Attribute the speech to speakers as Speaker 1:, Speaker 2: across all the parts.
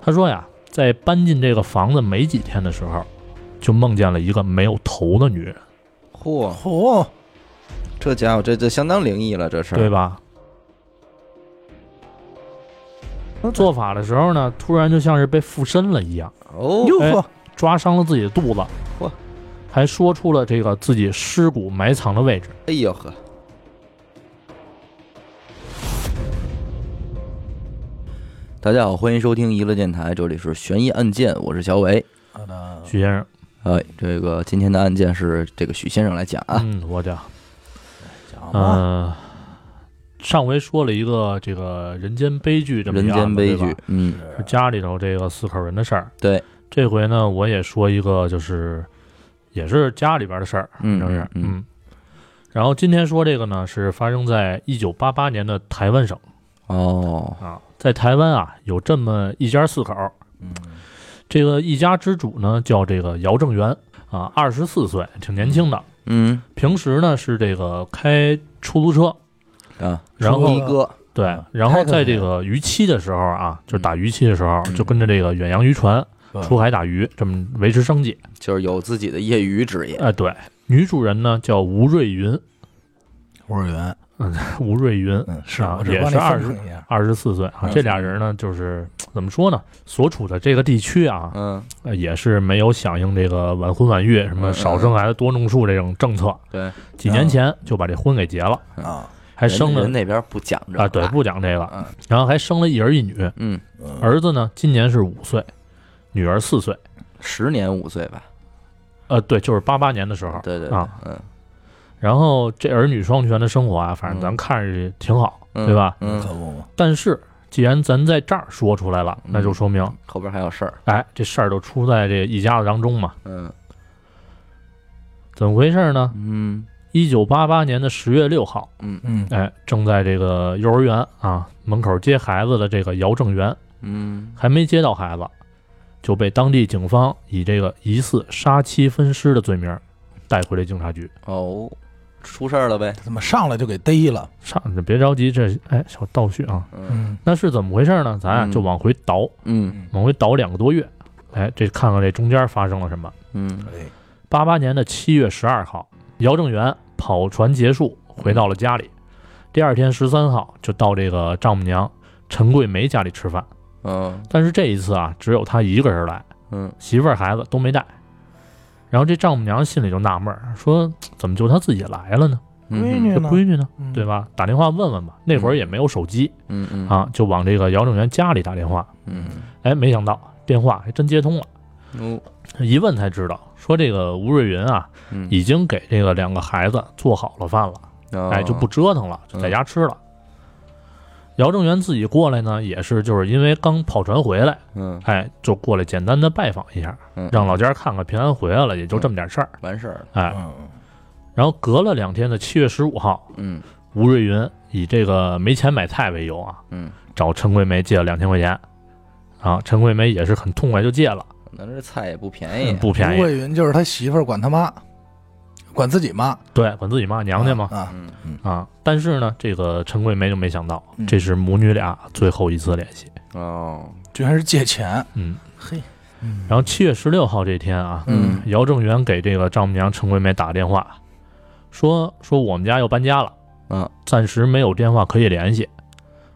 Speaker 1: 他说呀，在搬进这个房子没几天的时候，就梦见了一个没有头的女人，
Speaker 2: 嚯，
Speaker 3: 嚯，
Speaker 2: 这家伙这这相当灵异了，这是
Speaker 1: 对吧？做法的时候呢，突然就像是被附身了一样，
Speaker 2: 哦，
Speaker 3: 哟
Speaker 1: 哎
Speaker 3: 呵，
Speaker 1: 抓伤了自己的肚子
Speaker 2: 嚯，
Speaker 1: 还说出了这个自己尸骨埋藏的位置。
Speaker 2: 哎呦呵，大家好，欢迎收听娱乐电台，这里是悬疑案件，我是小伟。
Speaker 3: 好
Speaker 2: 啊
Speaker 3: 的
Speaker 1: 许先生，
Speaker 2: 哎，这个今天的案件是这个许先生来讲啊，
Speaker 1: 嗯，我讲，
Speaker 3: 讲吧，
Speaker 1: 嗯，上回说了一个这个人间悲剧这么一
Speaker 2: 人
Speaker 1: 个案
Speaker 2: 间
Speaker 1: 子
Speaker 2: 悲
Speaker 1: 对吧
Speaker 2: 剧，嗯，
Speaker 1: 是
Speaker 3: 是
Speaker 1: 家里头这个四口人的事儿。
Speaker 2: 对，
Speaker 1: 这回呢，我也说一个，就是也是家里边的事儿，
Speaker 2: 嗯
Speaker 1: 正是
Speaker 2: 嗯
Speaker 1: 嗯。然后今天说这个呢，是发生在一九八八年的台湾省
Speaker 2: 哦，
Speaker 1: 啊，在台湾啊有这么一家四口，
Speaker 3: 嗯
Speaker 1: 这个一家之主呢叫这个姚正元啊，二十四岁，挺年轻的。
Speaker 2: 嗯
Speaker 1: 平时呢是这个开出租车，
Speaker 2: 啊，
Speaker 1: 然后
Speaker 3: 出租
Speaker 2: 一哥，
Speaker 1: 对，然后在这个渔期的时候啊，就是打渔期的时候，
Speaker 2: 嗯
Speaker 1: 就跟着这个远洋渔船出海打鱼，这么维持生计。
Speaker 2: 就是有自己的业余职业，
Speaker 1: 哎，对，女主人呢叫吴瑞云，
Speaker 3: 幼儿园，
Speaker 1: 吴瑞云
Speaker 3: 嗯，是
Speaker 1: 啊
Speaker 3: 嗯我只
Speaker 1: 也
Speaker 3: 帮你
Speaker 1: 是二
Speaker 3: 分
Speaker 1: 十
Speaker 3: 析一下，
Speaker 1: 二十四岁啊
Speaker 2: 嗯。
Speaker 1: 这俩人呢，就是怎么说呢，所处的这个地区啊，
Speaker 2: 嗯，
Speaker 1: 呃也是没有响应这个晚婚晚育、什
Speaker 2: 嗯
Speaker 1: 么
Speaker 2: 嗯
Speaker 1: 少生孩子多种树这种政策。
Speaker 2: 对，
Speaker 1: 几年前就把这婚给结了，
Speaker 3: 啊，
Speaker 1: 还生
Speaker 2: 人
Speaker 1: 了
Speaker 2: 人那边不讲究
Speaker 1: 啊，对，不讲这个，
Speaker 2: 嗯
Speaker 1: 然后还生了一儿一女，
Speaker 2: 嗯，
Speaker 3: 嗯
Speaker 1: 儿子呢今年是五岁，女儿四岁。
Speaker 2: 十年五岁吧，
Speaker 1: 呃，对，就是八八年的时候，
Speaker 2: 对对，对
Speaker 1: 啊，
Speaker 2: 嗯
Speaker 1: 然后这儿女双全的生活啊，反正
Speaker 2: 嗯
Speaker 1: 咱看着挺好，
Speaker 2: 嗯，
Speaker 1: 对吧？
Speaker 2: 嗯，
Speaker 3: 可不嘛，
Speaker 1: 但是既然咱在这儿说出来了，
Speaker 2: 嗯
Speaker 1: 那就说明，
Speaker 2: 后边还有事儿，
Speaker 1: 哎，这事儿就出在这一家子当中嘛。
Speaker 2: 嗯
Speaker 1: 怎么回事呢？
Speaker 2: 嗯
Speaker 1: 一九八八年的十月六号，
Speaker 2: 嗯
Speaker 3: 嗯
Speaker 1: 哎，正在这个幼儿园啊门口接孩子的这个姚正元
Speaker 2: 嗯，
Speaker 1: 还没接到孩子，就被当地警方以这个疑似杀妻分尸的罪名带回了警察局。
Speaker 2: 哦，出事儿了呗，
Speaker 3: 怎么上来就给逮了？
Speaker 1: 上，别着急，这哎小倒叙啊，
Speaker 2: 嗯
Speaker 3: 嗯，
Speaker 1: 那是怎么回事呢？咱啊
Speaker 2: 嗯
Speaker 1: 就往回倒，
Speaker 2: 嗯
Speaker 1: 往回倒两个多月，哎，这看看这中间发生了什么。
Speaker 2: 嗯
Speaker 3: 哎，
Speaker 1: 八八年的七月十二号，姚正元跑船结束，回到了家里。第二天十三号就到这个丈母娘陈桂梅家里吃饭，
Speaker 2: 嗯
Speaker 1: 但是这一次啊，只有他一个人来，
Speaker 2: 嗯
Speaker 1: 媳妇儿孩子都没带。然后这丈母娘心里就纳闷儿，说怎么就他自己来了呢？
Speaker 3: 闺
Speaker 2: 嗯
Speaker 3: 女
Speaker 1: 这
Speaker 3: 呢？
Speaker 1: 闺女呢？
Speaker 3: 嗯
Speaker 1: 对吧？打电话问问吧。那会儿也没有手机
Speaker 2: 嗯嗯
Speaker 1: 啊，就往这个姚正元家里打电话。
Speaker 2: 嗯
Speaker 1: 哎，没想到电话还真接通了。
Speaker 2: 哦
Speaker 1: 一问才知道，说这个吴瑞云啊，
Speaker 2: 嗯，
Speaker 1: 已经给这个两个孩子做好了饭了，
Speaker 2: 啊
Speaker 1: 哎，就不折腾
Speaker 2: 嗯
Speaker 1: 了，就在家吃了。姚正元自己过来呢，也是就是因为刚跑船回来，
Speaker 2: 嗯
Speaker 1: 哎，就过来简单的拜访一下，
Speaker 2: 嗯
Speaker 1: 让老家看看平安回来了，也就这么点事儿。
Speaker 2: 完事儿了，
Speaker 1: 哎，
Speaker 3: 嗯，
Speaker 1: 然后隔了两天的七月十五号，
Speaker 2: 嗯
Speaker 1: 吴瑞云以这个没钱买菜为由啊，
Speaker 2: 嗯，
Speaker 1: 找陈桂梅借了两千块钱，啊，陈桂梅也是很痛快就借了，嗯
Speaker 2: 那这菜也不便宜，
Speaker 1: 不便
Speaker 3: 吴
Speaker 1: 宜，
Speaker 3: 桂云就是他媳妇儿管他妈，管自己妈，
Speaker 1: 对，管自己妈娘家嘛，
Speaker 3: 啊，
Speaker 2: 嗯
Speaker 1: 啊，但是呢，这个陈桂梅就没想到，
Speaker 3: 嗯
Speaker 1: 这是母女俩最后一次联系。
Speaker 2: 哦，
Speaker 3: 居然是借钱，嗯
Speaker 1: 嗯，
Speaker 3: 嘿，
Speaker 1: 然后七月十六号这天啊，
Speaker 2: 嗯
Speaker 1: 姚正元给这个丈母娘陈桂梅打电话，说说我们家要搬家了，
Speaker 2: 嗯
Speaker 1: 暂时没有电话可以联系。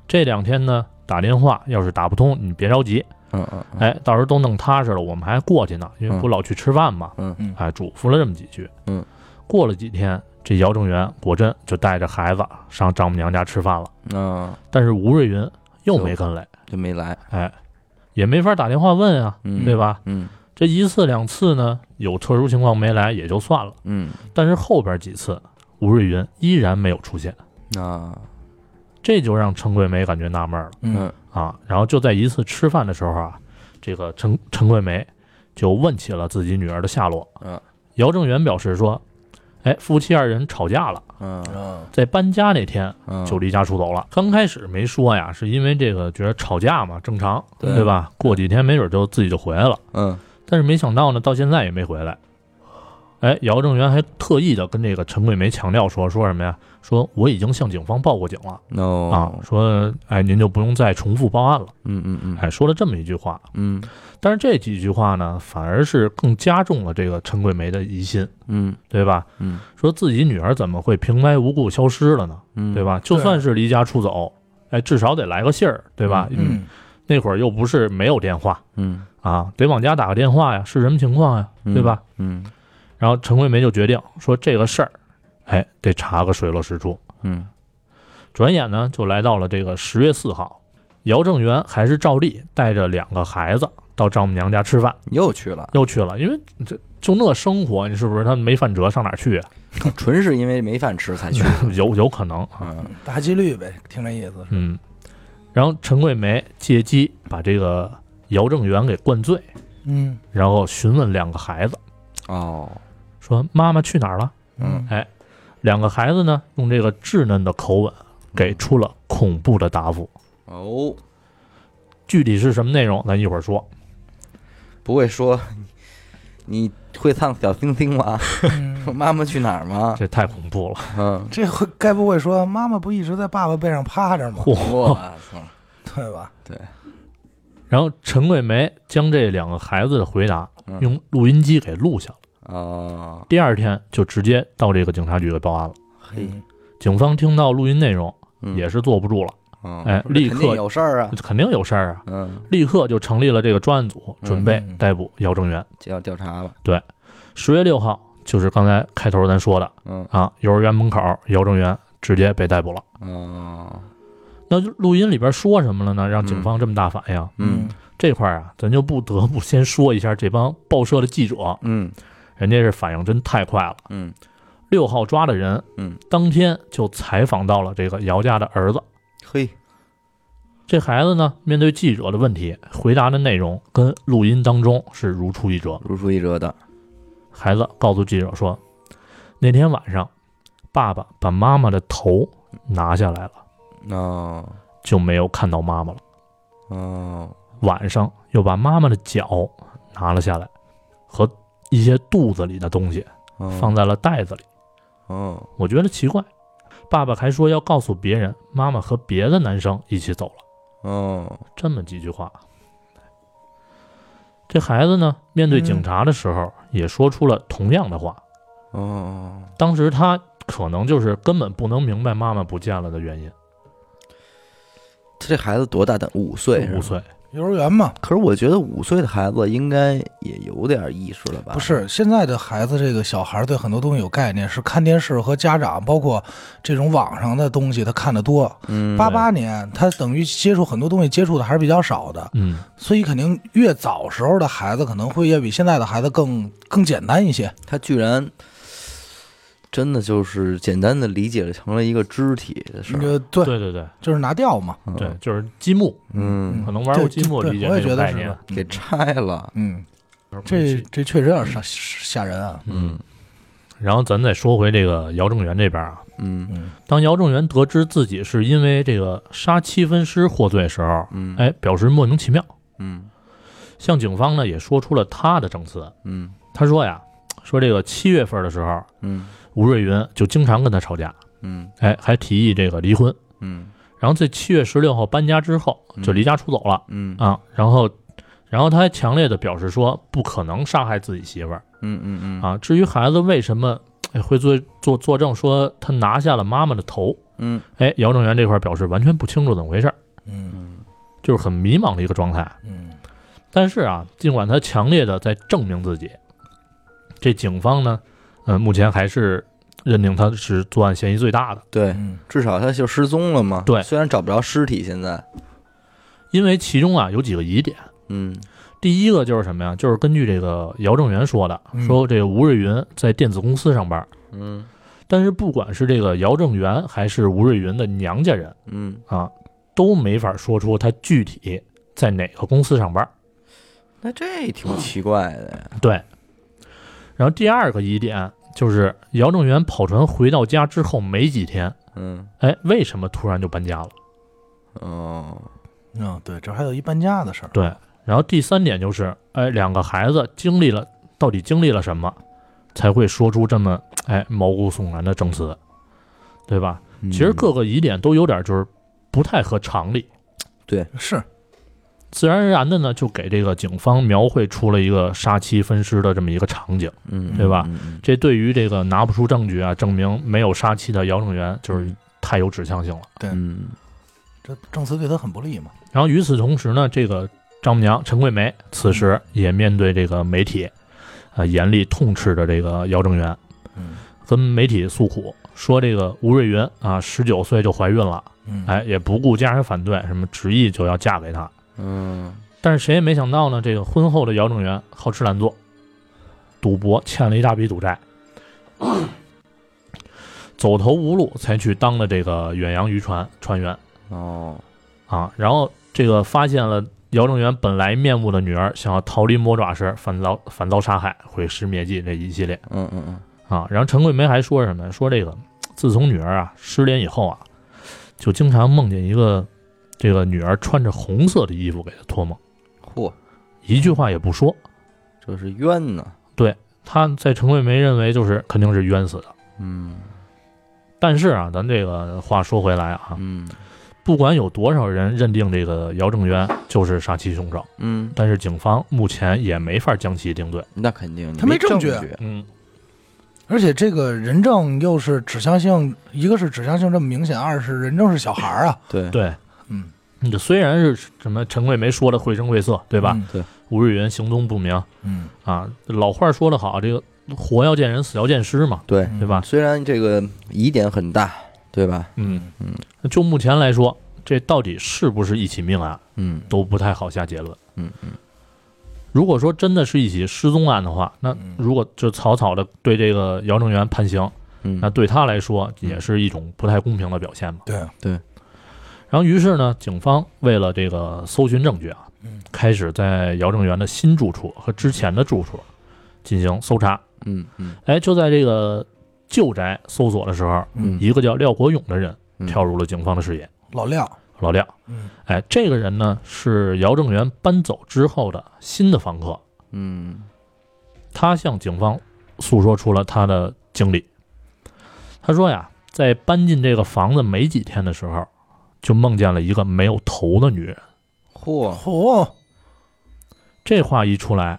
Speaker 1: 这两天呢，打电话要是打不通，你别着急，
Speaker 2: 嗯嗯嗯，
Speaker 1: 哎，到时候都弄踏实了，我们还过去呢，因为不老去吃饭嘛，
Speaker 2: 嗯
Speaker 3: 嗯
Speaker 1: 哎，嘱咐了这么几句。
Speaker 2: 嗯，
Speaker 1: 过了几天，这姚正元果真就带着孩子上丈母娘家吃饭了。
Speaker 2: 啊
Speaker 1: 但是吴瑞云又没跟来，
Speaker 2: 就没来，
Speaker 1: 哎，也没法打电话问啊，
Speaker 2: 嗯
Speaker 1: 对吧？
Speaker 2: 嗯
Speaker 1: 这一次两次呢，有特殊情况没来也就算了，
Speaker 2: 嗯
Speaker 1: 但是后边几次吴瑞云依然没有出现，
Speaker 2: 啊
Speaker 1: 这就让陈桂梅感觉纳闷了
Speaker 3: 嗯，
Speaker 2: 嗯
Speaker 1: 啊。然后就在一次吃饭的时候啊，这个陈陈桂梅就问起了自己女儿的下落。
Speaker 2: 嗯，
Speaker 1: 姚正元表示说，哎，夫妻二人吵架了，
Speaker 2: 嗯
Speaker 3: 嗯
Speaker 1: 在搬家那天
Speaker 2: 嗯，
Speaker 1: 就离家出走了。刚开始没说呀，是因为这个觉得吵架嘛，正常，
Speaker 2: 对
Speaker 1: 对吧？过几天没准就自己就回来了。
Speaker 2: 嗯
Speaker 1: 但是没想到呢，到现在也没回来。哎，姚正元还特意的跟这个陈桂梅强调说，说什么呀？说我已经向警方报过警了、啊
Speaker 2: 哦，，
Speaker 1: 说哎您就不用再重复报案了。
Speaker 2: 嗯嗯嗯，
Speaker 1: 哎，说了这么一句话，
Speaker 2: 嗯
Speaker 1: 但是这几句话呢，反而是更加重了这个陈桂梅的疑心，
Speaker 2: 嗯
Speaker 1: 对吧？
Speaker 2: 嗯
Speaker 1: 说自己女儿怎么会平白无故消失了呢？
Speaker 2: 嗯，
Speaker 1: 对？吧？就算是离家出走，哎，至少得来个信儿，对吧？
Speaker 2: 嗯
Speaker 3: 嗯
Speaker 1: 那会儿又不是没有电话
Speaker 2: 嗯
Speaker 1: 啊，得往家打个电话呀，是什么情况呀，
Speaker 2: 嗯
Speaker 1: 对吧？
Speaker 2: 嗯
Speaker 1: 然后陈桂梅就决定说这个事儿，哎，得查个水落石出。
Speaker 2: 嗯
Speaker 1: 转眼呢，就来到了这个十月四号，姚正元还是照例带着两个孩子到丈母娘家吃饭，
Speaker 2: 又去了，
Speaker 1: 又去了，因为这就那生活，你是不是他没饭辙上哪儿去啊？
Speaker 2: 纯是因为没饭吃才去。
Speaker 1: 有有可能啊，
Speaker 2: 嗯
Speaker 3: 大几率呗，听这意思是。
Speaker 1: 嗯。然后陈桂梅借机把这个姚正元给灌醉，
Speaker 3: 嗯
Speaker 1: 然后询问两个孩子
Speaker 2: 哦，
Speaker 1: 说：“妈妈去哪儿了？”
Speaker 3: 嗯
Speaker 1: 两个孩子呢，用这个稚嫩的口吻
Speaker 2: 嗯
Speaker 1: 给出了恐怖的答复。
Speaker 2: 哦，
Speaker 1: 具体是什么内容，咱一会儿说。
Speaker 2: 不会说你会唱小星星吗？
Speaker 3: 嗯，
Speaker 2: 妈妈去哪儿吗？
Speaker 1: 这太恐怖了。
Speaker 2: 嗯，
Speaker 3: 这会该不会说妈妈不一直在爸爸背上趴着吗？
Speaker 2: 我
Speaker 1: 嚯！
Speaker 2: 操，
Speaker 3: 对吧？
Speaker 1: 然后陈桂梅将这两个孩子的回答
Speaker 2: 嗯
Speaker 1: 用录音机给录下了。
Speaker 2: 哦，
Speaker 1: 第二天就直接到这个警察局给报案了。
Speaker 2: 嘿，
Speaker 3: 嗯
Speaker 1: 警方听到录音内容
Speaker 2: 嗯
Speaker 1: 也是坐不住了，
Speaker 2: 嗯
Speaker 1: 哎立刻
Speaker 2: 肯定有事儿啊，
Speaker 1: 肯定有事儿啊，
Speaker 2: 嗯，
Speaker 1: 立刻就成立了这个专案组，
Speaker 2: 嗯
Speaker 1: 准备
Speaker 3: 嗯
Speaker 1: 逮捕姚正元。
Speaker 2: 就要调查了，
Speaker 1: 十月六号，就是刚才开头咱说的
Speaker 2: 嗯，
Speaker 1: 啊，幼儿园门口姚正元直接被逮捕了。
Speaker 2: 哦，
Speaker 1: 那就录音里边说什么了呢？让警方这么大反应，
Speaker 2: 嗯
Speaker 1: 这块儿啊，咱就不得不先说一下这帮报社的记者，
Speaker 2: 嗯
Speaker 1: 人家是反应真太快了。
Speaker 2: 嗯，
Speaker 1: 六号抓的人，
Speaker 2: 嗯，
Speaker 1: 当天就采访到了这个姚家的儿子。
Speaker 2: 嘿，
Speaker 1: 这孩子呢，面对记者的问题，回答的内容跟录音当中是如出一辙。
Speaker 2: 如出一辙的，
Speaker 1: 孩子告诉记者说，那天晚上，爸爸把妈妈的头拿下来了，
Speaker 2: 哦
Speaker 1: 就没有看到妈妈了。
Speaker 2: 哦，
Speaker 1: 晚上又把妈妈的脚拿了下来，和一些肚子里的东西
Speaker 2: 哦
Speaker 1: 放在了袋子里。
Speaker 2: 哦，
Speaker 1: 我觉得奇怪，爸爸还说要告诉别人妈妈和别的男生一起走了，
Speaker 2: 哦，
Speaker 1: 这么几句话。这孩子呢，面对
Speaker 3: 嗯
Speaker 1: 警察的时候也说出了同样的话。
Speaker 2: 哦，
Speaker 1: 当时他可能就是根本不能明白妈妈不见了的原因。
Speaker 2: 他这孩子多大的？五岁，
Speaker 1: 五。岁，
Speaker 3: 幼儿园嘛，
Speaker 2: 可是我觉得五岁的孩子应该也有点意识了吧？
Speaker 3: 不，是现在的孩子，这个小孩对很多东西有概念，是看电视和家长，包括这种网上的东西，他看得多。
Speaker 2: 嗯，
Speaker 3: 八八年，他等于接触很多东西接触的还是比较少的，
Speaker 1: 嗯，
Speaker 3: 所以肯定越早时候的孩子可能会要比现在的孩子更更简单一些。
Speaker 2: 他居然真的就是简单的理解成了一个肢体的事儿。
Speaker 3: 呃，对，
Speaker 1: 对对对
Speaker 3: 就是拿掉嘛。
Speaker 2: 嗯
Speaker 1: 对，，就是积木，
Speaker 2: 嗯，
Speaker 1: 可能玩过积木
Speaker 3: 对
Speaker 1: 理解
Speaker 3: 对我也
Speaker 1: 这个
Speaker 3: 觉得
Speaker 1: 概
Speaker 3: 是
Speaker 1: 念
Speaker 3: 的。
Speaker 2: 给拆了。
Speaker 3: 嗯，这这确实有点吓吓人啊。
Speaker 2: 嗯
Speaker 1: 然后咱再说回这个姚正元这边啊，
Speaker 2: 嗯
Speaker 3: 嗯
Speaker 1: 当姚正元得知自己是因为这个杀七分尸获罪时候，
Speaker 2: 嗯，
Speaker 1: 哎，表示莫名其妙，
Speaker 2: 嗯
Speaker 1: 向警方呢也说出了他的证词。
Speaker 2: 嗯
Speaker 1: 他说呀，说这个七月份的时候，
Speaker 2: 嗯
Speaker 1: 吴瑞云就经常跟他吵架，
Speaker 2: 嗯
Speaker 1: 哎，还提议这个离婚。
Speaker 2: 嗯
Speaker 1: 然后在七月十六号搬家之后，
Speaker 2: 嗯
Speaker 1: 就离家出走了、
Speaker 2: 嗯
Speaker 1: 啊。然后，然后他还强烈的表示说，不可能杀害自己媳妇儿
Speaker 2: 嗯嗯
Speaker 1: 啊。至于孩子为什么哎会做做作证说他拿下了妈妈的头，
Speaker 2: 嗯
Speaker 1: 哎，姚正元这块表示完全不清楚怎么回事儿，
Speaker 3: 嗯
Speaker 2: 嗯
Speaker 1: 就是很迷茫的一个状态。
Speaker 3: 嗯
Speaker 1: 但是啊，尽管他强烈的在证明自己，这警方呢，呃，目前还是认定他是作案嫌疑最大的，
Speaker 2: 对，
Speaker 3: 嗯
Speaker 2: 至少他就失踪了嘛。
Speaker 1: 对
Speaker 2: 虽然找不着尸体，现在，
Speaker 1: 因为其中啊有几个疑点。
Speaker 2: 嗯
Speaker 1: 第一个就是什么呀？就是根据这个姚正元说的，
Speaker 3: 嗯
Speaker 1: 说这个吴瑞云在电子公司上班，
Speaker 2: 嗯
Speaker 1: 但是不管是这个姚正元还是吴瑞云的娘家人
Speaker 2: 嗯，
Speaker 1: 啊，都没法说出他具体在哪个公司上班。
Speaker 2: 那这挺奇怪的呀。
Speaker 1: 对。然后第二个疑点就是姚正元跑船回到家之后没几天，
Speaker 2: 嗯
Speaker 1: 哎，为什么突然就搬家了？
Speaker 2: 哦
Speaker 3: 嗯，对，这还有一搬家的事儿。
Speaker 1: 对，然后第三点就是，哎，两个孩子经历了到底经历了什么，才会说出这么哎毛骨悚然的证词，对吧？其实各个疑点都有点就是不太合常理，
Speaker 3: 是
Speaker 1: 自然而然的呢就给这个警方描绘出了一个杀妻分尸的这么一个场景。
Speaker 2: 嗯，
Speaker 1: 对吧
Speaker 2: 嗯？嗯
Speaker 1: 这对于这个拿不出证据啊，证明没有杀妻的姚正元就是太有指向性了。
Speaker 2: 嗯，
Speaker 3: 这证词对他很不利嘛。
Speaker 1: 然后与此同时呢，这个丈母娘陈桂梅此时也面对这个媒体，呃，严厉痛斥着这个姚正元，
Speaker 3: 嗯
Speaker 1: 跟媒体诉苦说这个吴瑞云啊，十九岁就怀孕了，
Speaker 3: 嗯，
Speaker 1: 哎，也不顾家人反对，什么执意就要嫁给他。
Speaker 2: 嗯，
Speaker 1: 但是谁也没想到呢，这个婚后的姚正元好吃懒做，赌博欠了一大笔赌债，走投无路才去当了这个远洋渔船船员
Speaker 2: 哦，
Speaker 1: 啊。然后这个发现了姚正元本来面目的女儿想要逃离魔爪时，反遭反遭杀害、毁尸灭迹这一系列
Speaker 2: 嗯嗯嗯，
Speaker 1: 啊。然后陈桂梅还说什么？说这个自从女儿啊失联以后啊，就经常梦见一个这个女儿穿着红色的衣服给她托梦，
Speaker 2: 嚯，
Speaker 1: 一句话也不说。
Speaker 2: 这是冤呐，
Speaker 1: 他在陈桂梅认为就是肯定是冤死的。
Speaker 2: 嗯
Speaker 1: 但是啊，咱这个话说回来啊，
Speaker 2: 嗯
Speaker 1: 不管有多少人认定这个姚正元就是杀妻凶手，
Speaker 2: 嗯，
Speaker 1: 但是警方目前也没法将其定罪。
Speaker 2: 那肯定，你
Speaker 3: 他没
Speaker 2: 没
Speaker 3: 证据
Speaker 2: 据，
Speaker 1: 嗯，
Speaker 3: 而且这个人证又是指向性，一个是指向性这么明显，二是人证是小孩儿啊，
Speaker 2: 对，
Speaker 1: 对，
Speaker 3: 嗯，
Speaker 1: 你这虽然是什么陈桂梅说的绘声绘色，对
Speaker 3: 对
Speaker 1: 吧？？吴瑞云行踪不明
Speaker 3: 嗯，
Speaker 1: 啊，老话说得好，这个活要见人，死要见尸嘛，
Speaker 2: 对
Speaker 3: 嗯
Speaker 1: 对吧？
Speaker 2: 虽然这个疑点很大，对吧？
Speaker 1: 嗯
Speaker 2: 嗯，
Speaker 1: 那就目前来说，这到底是不是一起命案？
Speaker 2: 嗯
Speaker 1: 都不太好下结论。
Speaker 2: 嗯
Speaker 1: 嗯。如果说真的是一起失踪案的话，那
Speaker 3: 嗯
Speaker 1: 如果就草草的对这个姚正元判刑，
Speaker 2: 嗯，
Speaker 1: 那对他来说也是一种不太公平的表现嘛。
Speaker 3: 对，
Speaker 1: 然后，于是呢，警方为了这个搜寻证据啊
Speaker 3: 嗯，
Speaker 1: 开始在姚正元的新住处和之前的住处进行搜查。
Speaker 2: 嗯嗯
Speaker 1: 哎，就在这个旧宅搜索的时候，
Speaker 2: 嗯，
Speaker 1: 一个叫廖国勇的人
Speaker 2: 嗯
Speaker 1: 跳入了警方的视野。
Speaker 3: 老廖，
Speaker 1: 老廖，
Speaker 3: 嗯
Speaker 1: 哎，这个人呢是姚正元搬走之后的新的房客。
Speaker 2: 嗯
Speaker 1: 他向警方诉说出了他的经历。他说呀，在搬进这个房子没几天的时候，就梦见了一个没有头的女人。哦
Speaker 2: 嚯，
Speaker 3: 嚯，
Speaker 1: 这话一出来，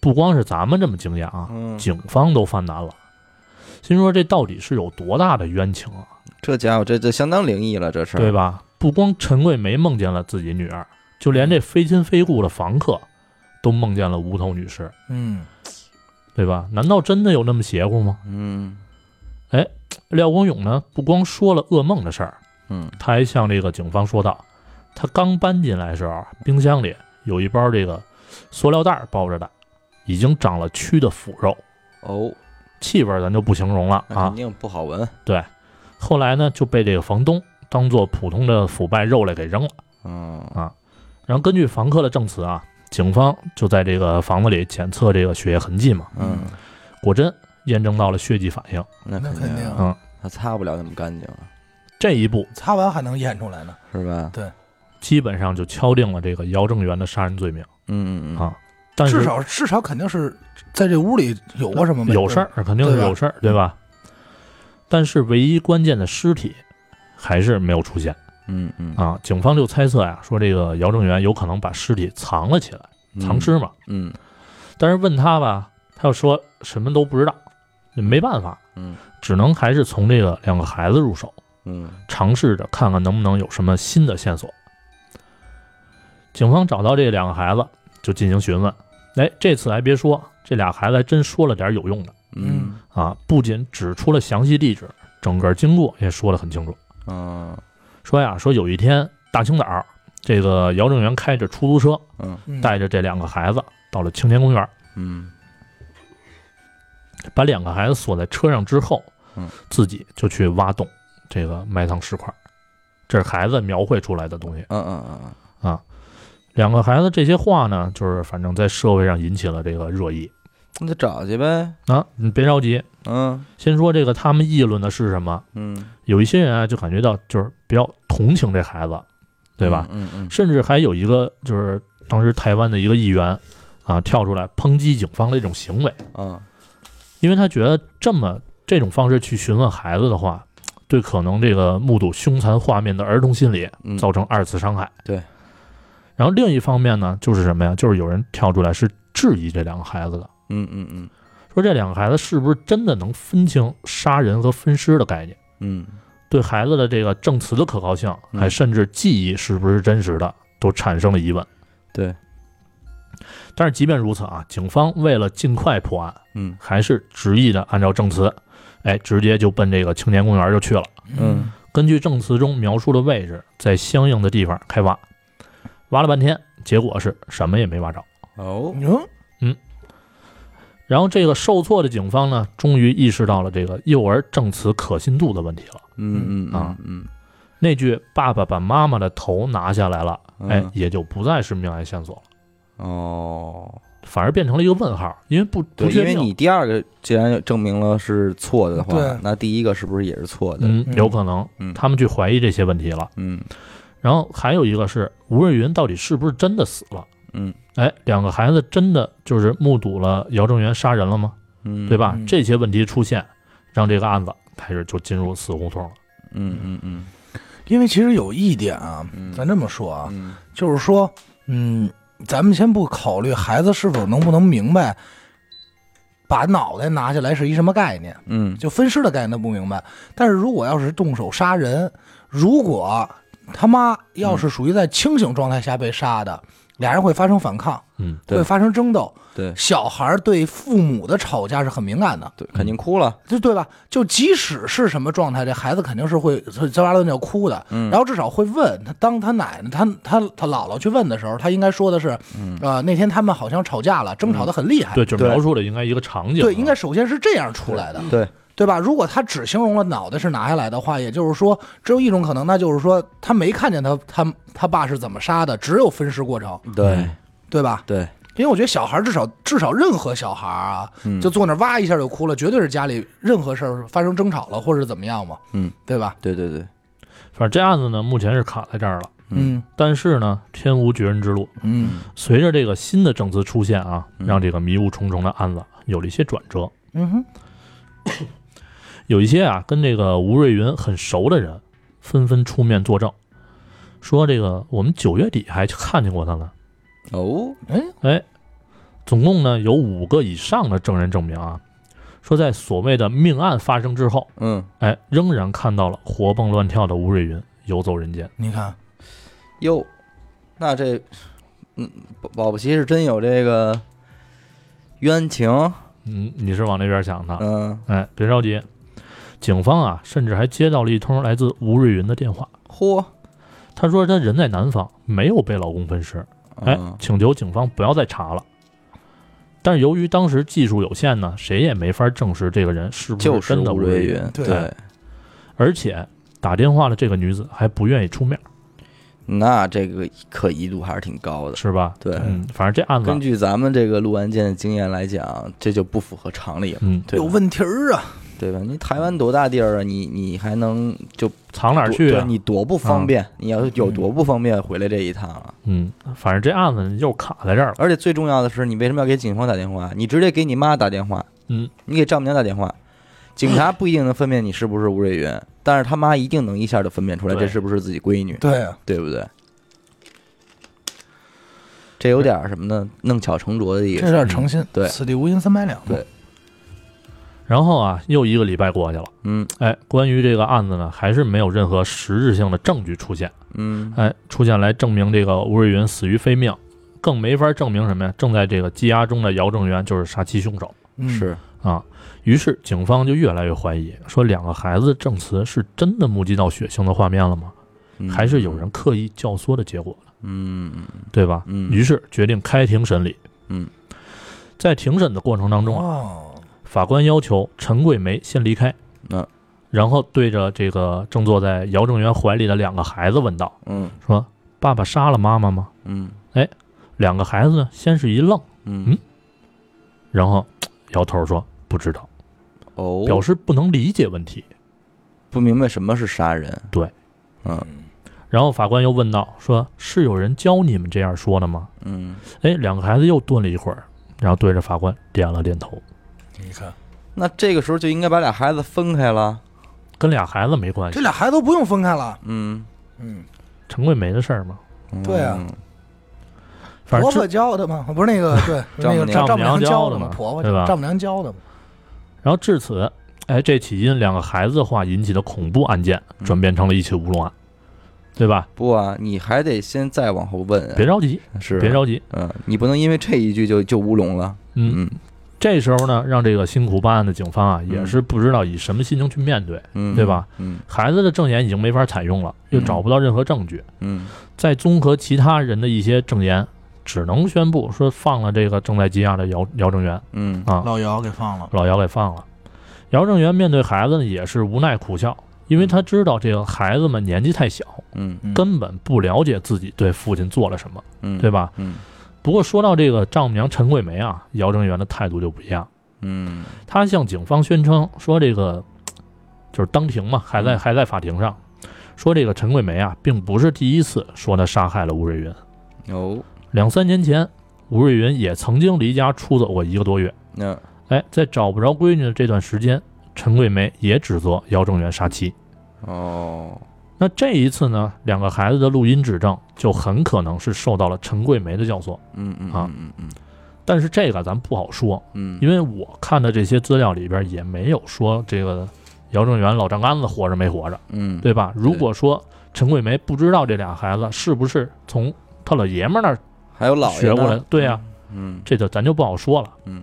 Speaker 1: 不光是咱们这么惊讶啊，
Speaker 2: 嗯，
Speaker 1: 警方都犯难了，心说这到底是有多大的冤情啊，
Speaker 2: 这家伙这这相当灵异了，这是
Speaker 1: 对？吧？不光陈桂梅梦见了自己女儿，就连这非亲非故的房客都梦见了无头女尸，
Speaker 3: 嗯，
Speaker 1: 对吧？难道真的有那么邪乎吗？
Speaker 2: 嗯
Speaker 1: 廖光勇呢，不光说了噩梦的事儿，
Speaker 2: 嗯
Speaker 1: 他还向这个警方说道，他刚搬进来的时候，啊冰箱里有一包这个塑料袋儿包着的，已经长了蛆的腐肉，
Speaker 2: 哦，
Speaker 1: 气味儿咱就不形容了
Speaker 2: 那
Speaker 1: 啊
Speaker 2: 肯。定不好闻，
Speaker 1: 后来呢，就被这个房东当做普通的腐败肉类给扔了。
Speaker 2: 嗯
Speaker 1: 然后根据房客的证词啊，警方就在这个房子里检测这个血液痕迹嘛，
Speaker 2: 嗯，
Speaker 1: 果真验证到了血迹反应。
Speaker 2: 那
Speaker 3: 那肯
Speaker 2: 肯
Speaker 3: 定
Speaker 1: 嗯
Speaker 2: 他擦不了那么干净了，
Speaker 1: 这一步
Speaker 3: 擦完还能验出来呢，
Speaker 2: 是吧？
Speaker 1: 基本上就敲定了这个姚正元的杀人罪名，
Speaker 2: 嗯嗯嗯
Speaker 1: 啊但是
Speaker 3: 至少至少肯定是在这屋里有过什么没
Speaker 1: 有事儿，肯定是有事儿，对吧？但是唯一关键的尸体还是没有出现
Speaker 2: 嗯嗯
Speaker 1: 啊！警方就猜测呀，说这个姚正元有可能把尸体藏了起来，
Speaker 2: 嗯
Speaker 1: 藏尸嘛。
Speaker 2: 嗯
Speaker 1: 但是问他吧，他又说什么都不知道，没办法，
Speaker 2: 嗯
Speaker 1: 只能还是从这个两个孩子入手，
Speaker 2: 嗯
Speaker 1: 尝试着看看能不能有什么新的线索。警方找到这两个孩子，就进行询问。哎，这次还别说，这俩孩子还真说了点有用的。
Speaker 2: 嗯
Speaker 1: 啊，不仅指出了详细地址，整个经过也说得很清楚。
Speaker 2: 嗯
Speaker 1: 说呀，说有一天大清早，这个姚正元开着出租车，
Speaker 2: 嗯
Speaker 3: 嗯
Speaker 1: 带着这两个孩子到了青年公园，
Speaker 2: 嗯
Speaker 1: 把两个孩子锁在车上之后
Speaker 2: 嗯，
Speaker 1: 自己就去挖洞，这个埋藏尸块。这是孩子描绘出来的东西。
Speaker 2: 嗯嗯
Speaker 1: 两个孩子这些话呢，就是反正在社会上引起了这个热议
Speaker 2: 那就找去呗，
Speaker 1: 啊。你别着急，
Speaker 2: 嗯
Speaker 1: 先说这个他们议论的是什么？
Speaker 2: 嗯，
Speaker 1: 有一些人啊，就感觉到就是比较同情这孩子，对吧？？
Speaker 2: 嗯嗯
Speaker 1: 甚至还有一个就是当时台湾的一个议员啊跳出来抨击警方的一种行为，
Speaker 2: 嗯
Speaker 1: 因为他觉得这么这种方式去询问孩子的话，对可能这个目睹凶残画面的儿童心理
Speaker 2: 嗯，
Speaker 1: 造成二次伤害。
Speaker 2: 对。
Speaker 1: 然后另一方面呢，就是什么呀？就是有人跳出来是质疑这两个孩子的，
Speaker 2: 嗯嗯嗯
Speaker 1: 说这两个孩子是不是真的能分清杀人和分尸的概念，
Speaker 2: 嗯，
Speaker 1: 对孩子的这个证词的可靠性，
Speaker 2: 嗯
Speaker 1: 还甚至记忆是不是真实的，都产生了疑问。
Speaker 2: 对，
Speaker 1: 但是即便如此啊，警方为了尽快破案，
Speaker 2: 嗯
Speaker 1: 还是执意的按照证词，哎，直接就奔这个青年公园就去了。
Speaker 2: 嗯
Speaker 1: 根据证词中描述的位置，在相应的地方开挖，挖了半天，结果是什么也没挖着。
Speaker 2: 哦，
Speaker 3: 嗯，
Speaker 1: 然后这个受挫的警方呢，终于意识到了这个幼儿证词可信度的问题了。
Speaker 2: 嗯嗯
Speaker 1: 啊
Speaker 2: 嗯
Speaker 1: 那句“爸爸把妈妈的头拿下来了”，
Speaker 2: 嗯，
Speaker 1: 哎，也就不再是命案线索了，
Speaker 2: 哦，
Speaker 1: 反而变成了一个问号，因为不不
Speaker 2: 对，
Speaker 1: 确
Speaker 2: 因为
Speaker 1: 定。
Speaker 2: 你第二个既然证明了是错的话
Speaker 3: 对，
Speaker 2: 那第一个是不是也是错的？
Speaker 1: 嗯，
Speaker 3: 嗯
Speaker 1: 有可能
Speaker 2: 嗯
Speaker 1: 他们去怀疑这些问题了。
Speaker 2: 嗯
Speaker 1: 然后还有一个是吴瑞云到底是不是真的死了？
Speaker 2: 嗯
Speaker 1: 哎，两个孩子真的就是目睹了姚正元杀人了吗？
Speaker 2: 嗯，
Speaker 1: 对？吧？
Speaker 3: 嗯
Speaker 1: 这些问题出现，让这个案子开始就进入死胡同了。
Speaker 2: 嗯嗯嗯
Speaker 3: 因为其实有一点啊，
Speaker 2: 嗯
Speaker 3: 咱这么说啊，
Speaker 2: 嗯
Speaker 3: 就是说，嗯，咱们先不考虑孩子是否能不能明白，把脑袋拿下来是一什么概念，
Speaker 2: 嗯
Speaker 3: 就分尸的概念他不明白。但是如果要是动手杀人，如果他妈要
Speaker 2: 嗯
Speaker 3: 是属于在清醒状态下被杀的，俩人会发生反抗，
Speaker 1: 嗯，
Speaker 2: 对
Speaker 3: 会发生争斗。
Speaker 2: 对
Speaker 3: 小孩儿对父母的吵架是很敏感的，
Speaker 2: 对，肯定哭了。
Speaker 3: 就对吧？就即使是什么状态，这孩子肯定是会会滋哇乱叫哭的，
Speaker 2: 嗯
Speaker 3: 然后至少会问他，当他奶奶、他他他姥姥去问的时候，他应该说的是，
Speaker 2: 嗯
Speaker 3: 呃，那天他们好像吵架了，争吵得很厉害，
Speaker 1: 对，就
Speaker 2: 对
Speaker 1: 描述了应该一个场景啊。
Speaker 3: 哎对应该首先是这样出来的，
Speaker 2: 对，
Speaker 3: 对吧？如果他只形容了脑袋是拿下来的话，也就是说，只有一种可能，那就是说他没看见他他他爸是怎么杀的，只有分尸过程，
Speaker 2: 对
Speaker 3: 对吧？
Speaker 2: 对，
Speaker 3: 因为我觉得小孩至少至少任何小孩啊，
Speaker 2: 嗯
Speaker 3: 就坐那儿哇一下就哭了，绝对是家里任何事儿发生争吵了或者怎么样嘛，
Speaker 2: 嗯，
Speaker 3: 对吧？
Speaker 2: 对对对，
Speaker 1: 反正这案子呢，目前是卡在这儿了。
Speaker 2: 嗯
Speaker 1: 但是呢，天无绝人之路。
Speaker 3: 嗯
Speaker 1: 随着这个新的证词出现啊，
Speaker 2: 嗯
Speaker 1: 让这个迷雾重重的案子有了一些转折。
Speaker 3: 嗯哼，
Speaker 1: 有一些啊，跟这个吴瑞云很熟的人，纷纷出面作证，说这个我们九月底还看见过他呢。
Speaker 2: 哦，
Speaker 1: 哎，总共呢有五个以上的证人证明啊，说在所谓的命案发生之后，
Speaker 2: 嗯，
Speaker 1: 哎，仍然看到了活蹦乱跳的吴瑞云游走人间。
Speaker 3: 你看，
Speaker 2: 哟，那这，嗯，保保不齐是真有这个冤情，
Speaker 1: 嗯，你是往那边想的？
Speaker 2: 嗯，
Speaker 1: 哎，别着急，警方啊，甚至还接到了一通来自吴瑞云的电话，
Speaker 2: 嚯，
Speaker 1: 他说他人在南方，没有被老公分尸，哎
Speaker 2: 嗯，
Speaker 1: 请求警方不要再查了。但是由于当时技术有限呢，谁也没法证实这个人是不
Speaker 2: 就是
Speaker 1: 真的
Speaker 2: 吴
Speaker 1: 瑞
Speaker 2: 瑞云，
Speaker 3: 对
Speaker 2: 对，
Speaker 1: 而且打电话的这个女子还不愿意出面，
Speaker 2: 那这个可疑度还是挺高的，
Speaker 1: 是吧？
Speaker 2: 对。
Speaker 1: 嗯，反正这案子
Speaker 2: 根，据咱们这个录案件的经验来讲，这就不符合常理了，
Speaker 1: 嗯，
Speaker 2: 对
Speaker 3: 有
Speaker 2: 吧？
Speaker 3: 问题儿啊，
Speaker 2: 对吧？你台湾多大地儿啊？你你还能就
Speaker 1: 藏哪儿
Speaker 2: 多
Speaker 1: 去
Speaker 2: 对
Speaker 1: 啊？
Speaker 2: 你多不方便，你要是有多不方便回来这一趟啊！
Speaker 1: 嗯，反正这案子又卡在这儿了。
Speaker 2: 而且最重要的是，你为什么要给警方打电话？你直接给你妈打电话，
Speaker 1: 嗯，
Speaker 2: 你给丈母娘打电话，警察不一定能分辨你是不是吴瑞云，但是他妈一定能一下就分辨出来
Speaker 1: 对
Speaker 2: 这是不是自己闺女，
Speaker 3: 对啊，
Speaker 2: 对不对？这有点什么呢？弄巧成拙的意
Speaker 3: 这
Speaker 2: 思。
Speaker 3: 事儿诚心，
Speaker 2: 对
Speaker 3: 此地无银三百两嘛，
Speaker 2: 对
Speaker 1: 然后啊，又一个礼拜过去了，
Speaker 2: 嗯
Speaker 1: 哎，关于这个案子呢，还是没有任何实质性的证据出现，
Speaker 2: 嗯
Speaker 1: 哎，出现来证明这个吴瑞云死于非命，更没法证明什么呀？正在这个羁押中的姚正元就是杀妻凶手
Speaker 3: 嗯，
Speaker 2: 是
Speaker 1: 啊。于是警方就越来越怀疑，说两个孩子的证词是真的目击到血腥的画面了吗？
Speaker 2: 嗯
Speaker 1: 还是有人刻意教唆的结果了，
Speaker 2: 嗯嗯
Speaker 1: 对吧？
Speaker 2: 嗯
Speaker 1: 于是决定开庭审理。
Speaker 2: 嗯，
Speaker 1: 在庭审的过程当中啊，
Speaker 3: 哦，
Speaker 1: 法官要求陈桂梅先离开，
Speaker 2: 嗯，
Speaker 1: 然后对着这个正坐在姚正元怀里的两个孩子问道
Speaker 2: 嗯：“
Speaker 1: 说爸爸杀了妈妈吗
Speaker 2: 嗯？”
Speaker 1: 两个孩子呢，先是一愣，
Speaker 2: 嗯
Speaker 1: 然后嘖摇头说：“不知道。”
Speaker 2: 哦，
Speaker 1: 表示不能理解问题。
Speaker 2: 不明白什么是杀人。
Speaker 1: 对，
Speaker 2: 嗯
Speaker 1: 然后法官又问道：“说是有人教你们这样说的吗
Speaker 2: 嗯，？”
Speaker 1: 哎，两个孩子又顿了一会儿，然后对着法官点了点头。
Speaker 3: 你看，
Speaker 2: 那这个时候就应该把俩孩子分开了。
Speaker 1: 跟俩孩子没关
Speaker 3: 这
Speaker 1: 系。
Speaker 3: 俩孩子都不用分开了。
Speaker 2: 嗯，
Speaker 3: 嗯，
Speaker 1: 陈桂梅的事儿嘛，
Speaker 3: 对啊
Speaker 2: 嗯，
Speaker 1: 反
Speaker 3: 婆
Speaker 1: 正
Speaker 3: 婆
Speaker 1: 这
Speaker 3: 教的嘛，不是 那个对，
Speaker 2: 丈
Speaker 3: 那
Speaker 2: 母
Speaker 3: 个
Speaker 2: 娘
Speaker 3: 丈丈母娘
Speaker 1: 教的
Speaker 3: 的
Speaker 1: 嘛
Speaker 3: 嘛，婆婆
Speaker 1: 对吧
Speaker 3: 丈母娘教的嘛。
Speaker 1: 然后至此，哎，这起因两个孩子化引起的恐怖案件
Speaker 2: 嗯
Speaker 1: 转变成了一起乌龙案，对吧？
Speaker 2: 不啊，你还得先再往后问
Speaker 1: 别
Speaker 2: 啊。
Speaker 1: 着急，
Speaker 2: 是啊，
Speaker 1: 别着急，
Speaker 2: 嗯，你不能因为这一句就就乌龙了。
Speaker 1: 嗯，
Speaker 2: 嗯
Speaker 1: 这时候呢，让这个辛苦办案的警方啊，也是不知道以什么心情去面对，
Speaker 2: 嗯，
Speaker 1: 对？吧？
Speaker 2: 嗯
Speaker 1: 孩子的证言已经没法采用了，又
Speaker 2: 嗯
Speaker 1: 找不到任何证据，
Speaker 2: 嗯
Speaker 1: 再综合其他人的一些证言，只能宣布说放了这个正在羁押的姚姚正元
Speaker 2: 嗯
Speaker 1: 啊，
Speaker 3: 老姚给放了，
Speaker 1: 老姚给放了。姚正元面对孩子呢，也是无奈苦笑，因为他知道这个孩子们年纪太小，
Speaker 2: 嗯
Speaker 3: 嗯
Speaker 1: 根本不了解自己对父亲做了什么，
Speaker 2: 嗯，
Speaker 1: 对？吧？
Speaker 2: 嗯
Speaker 1: 不过说到这个丈母娘陈桂梅啊，姚正元的态度就不一样，
Speaker 2: 嗯
Speaker 1: 他向警方宣称说这个就是当庭嘛，还
Speaker 2: 嗯
Speaker 1: 在还在法庭上。说这个陈桂梅啊，并不是第一次说她杀害了吴瑞云。
Speaker 2: 哦，
Speaker 1: 两三年前，吴瑞云也曾经离家出走过一个多月，
Speaker 2: 那
Speaker 1: 哎，在找不着闺女的这段时间，陈桂梅也指责姚正元杀妻。
Speaker 2: 哦，
Speaker 1: 那这一次呢，两个孩子的录音指证就很可能是受到了陈桂梅的教唆，
Speaker 2: 嗯嗯
Speaker 1: 啊
Speaker 2: 嗯嗯
Speaker 1: 但是这个咱不好说，
Speaker 2: 嗯，
Speaker 1: 因为我看的这些资料里边也没有说这个姚正元老丈杆子活着没活着，
Speaker 2: 嗯
Speaker 1: 对吧？如果说陈桂梅不知道这俩孩子是不是从他老爷们儿那儿
Speaker 2: 还有老爷
Speaker 1: 学过来
Speaker 2: 呢，，
Speaker 1: 对呀、啊
Speaker 2: 嗯
Speaker 1: 这就咱就不好说了。
Speaker 2: 嗯。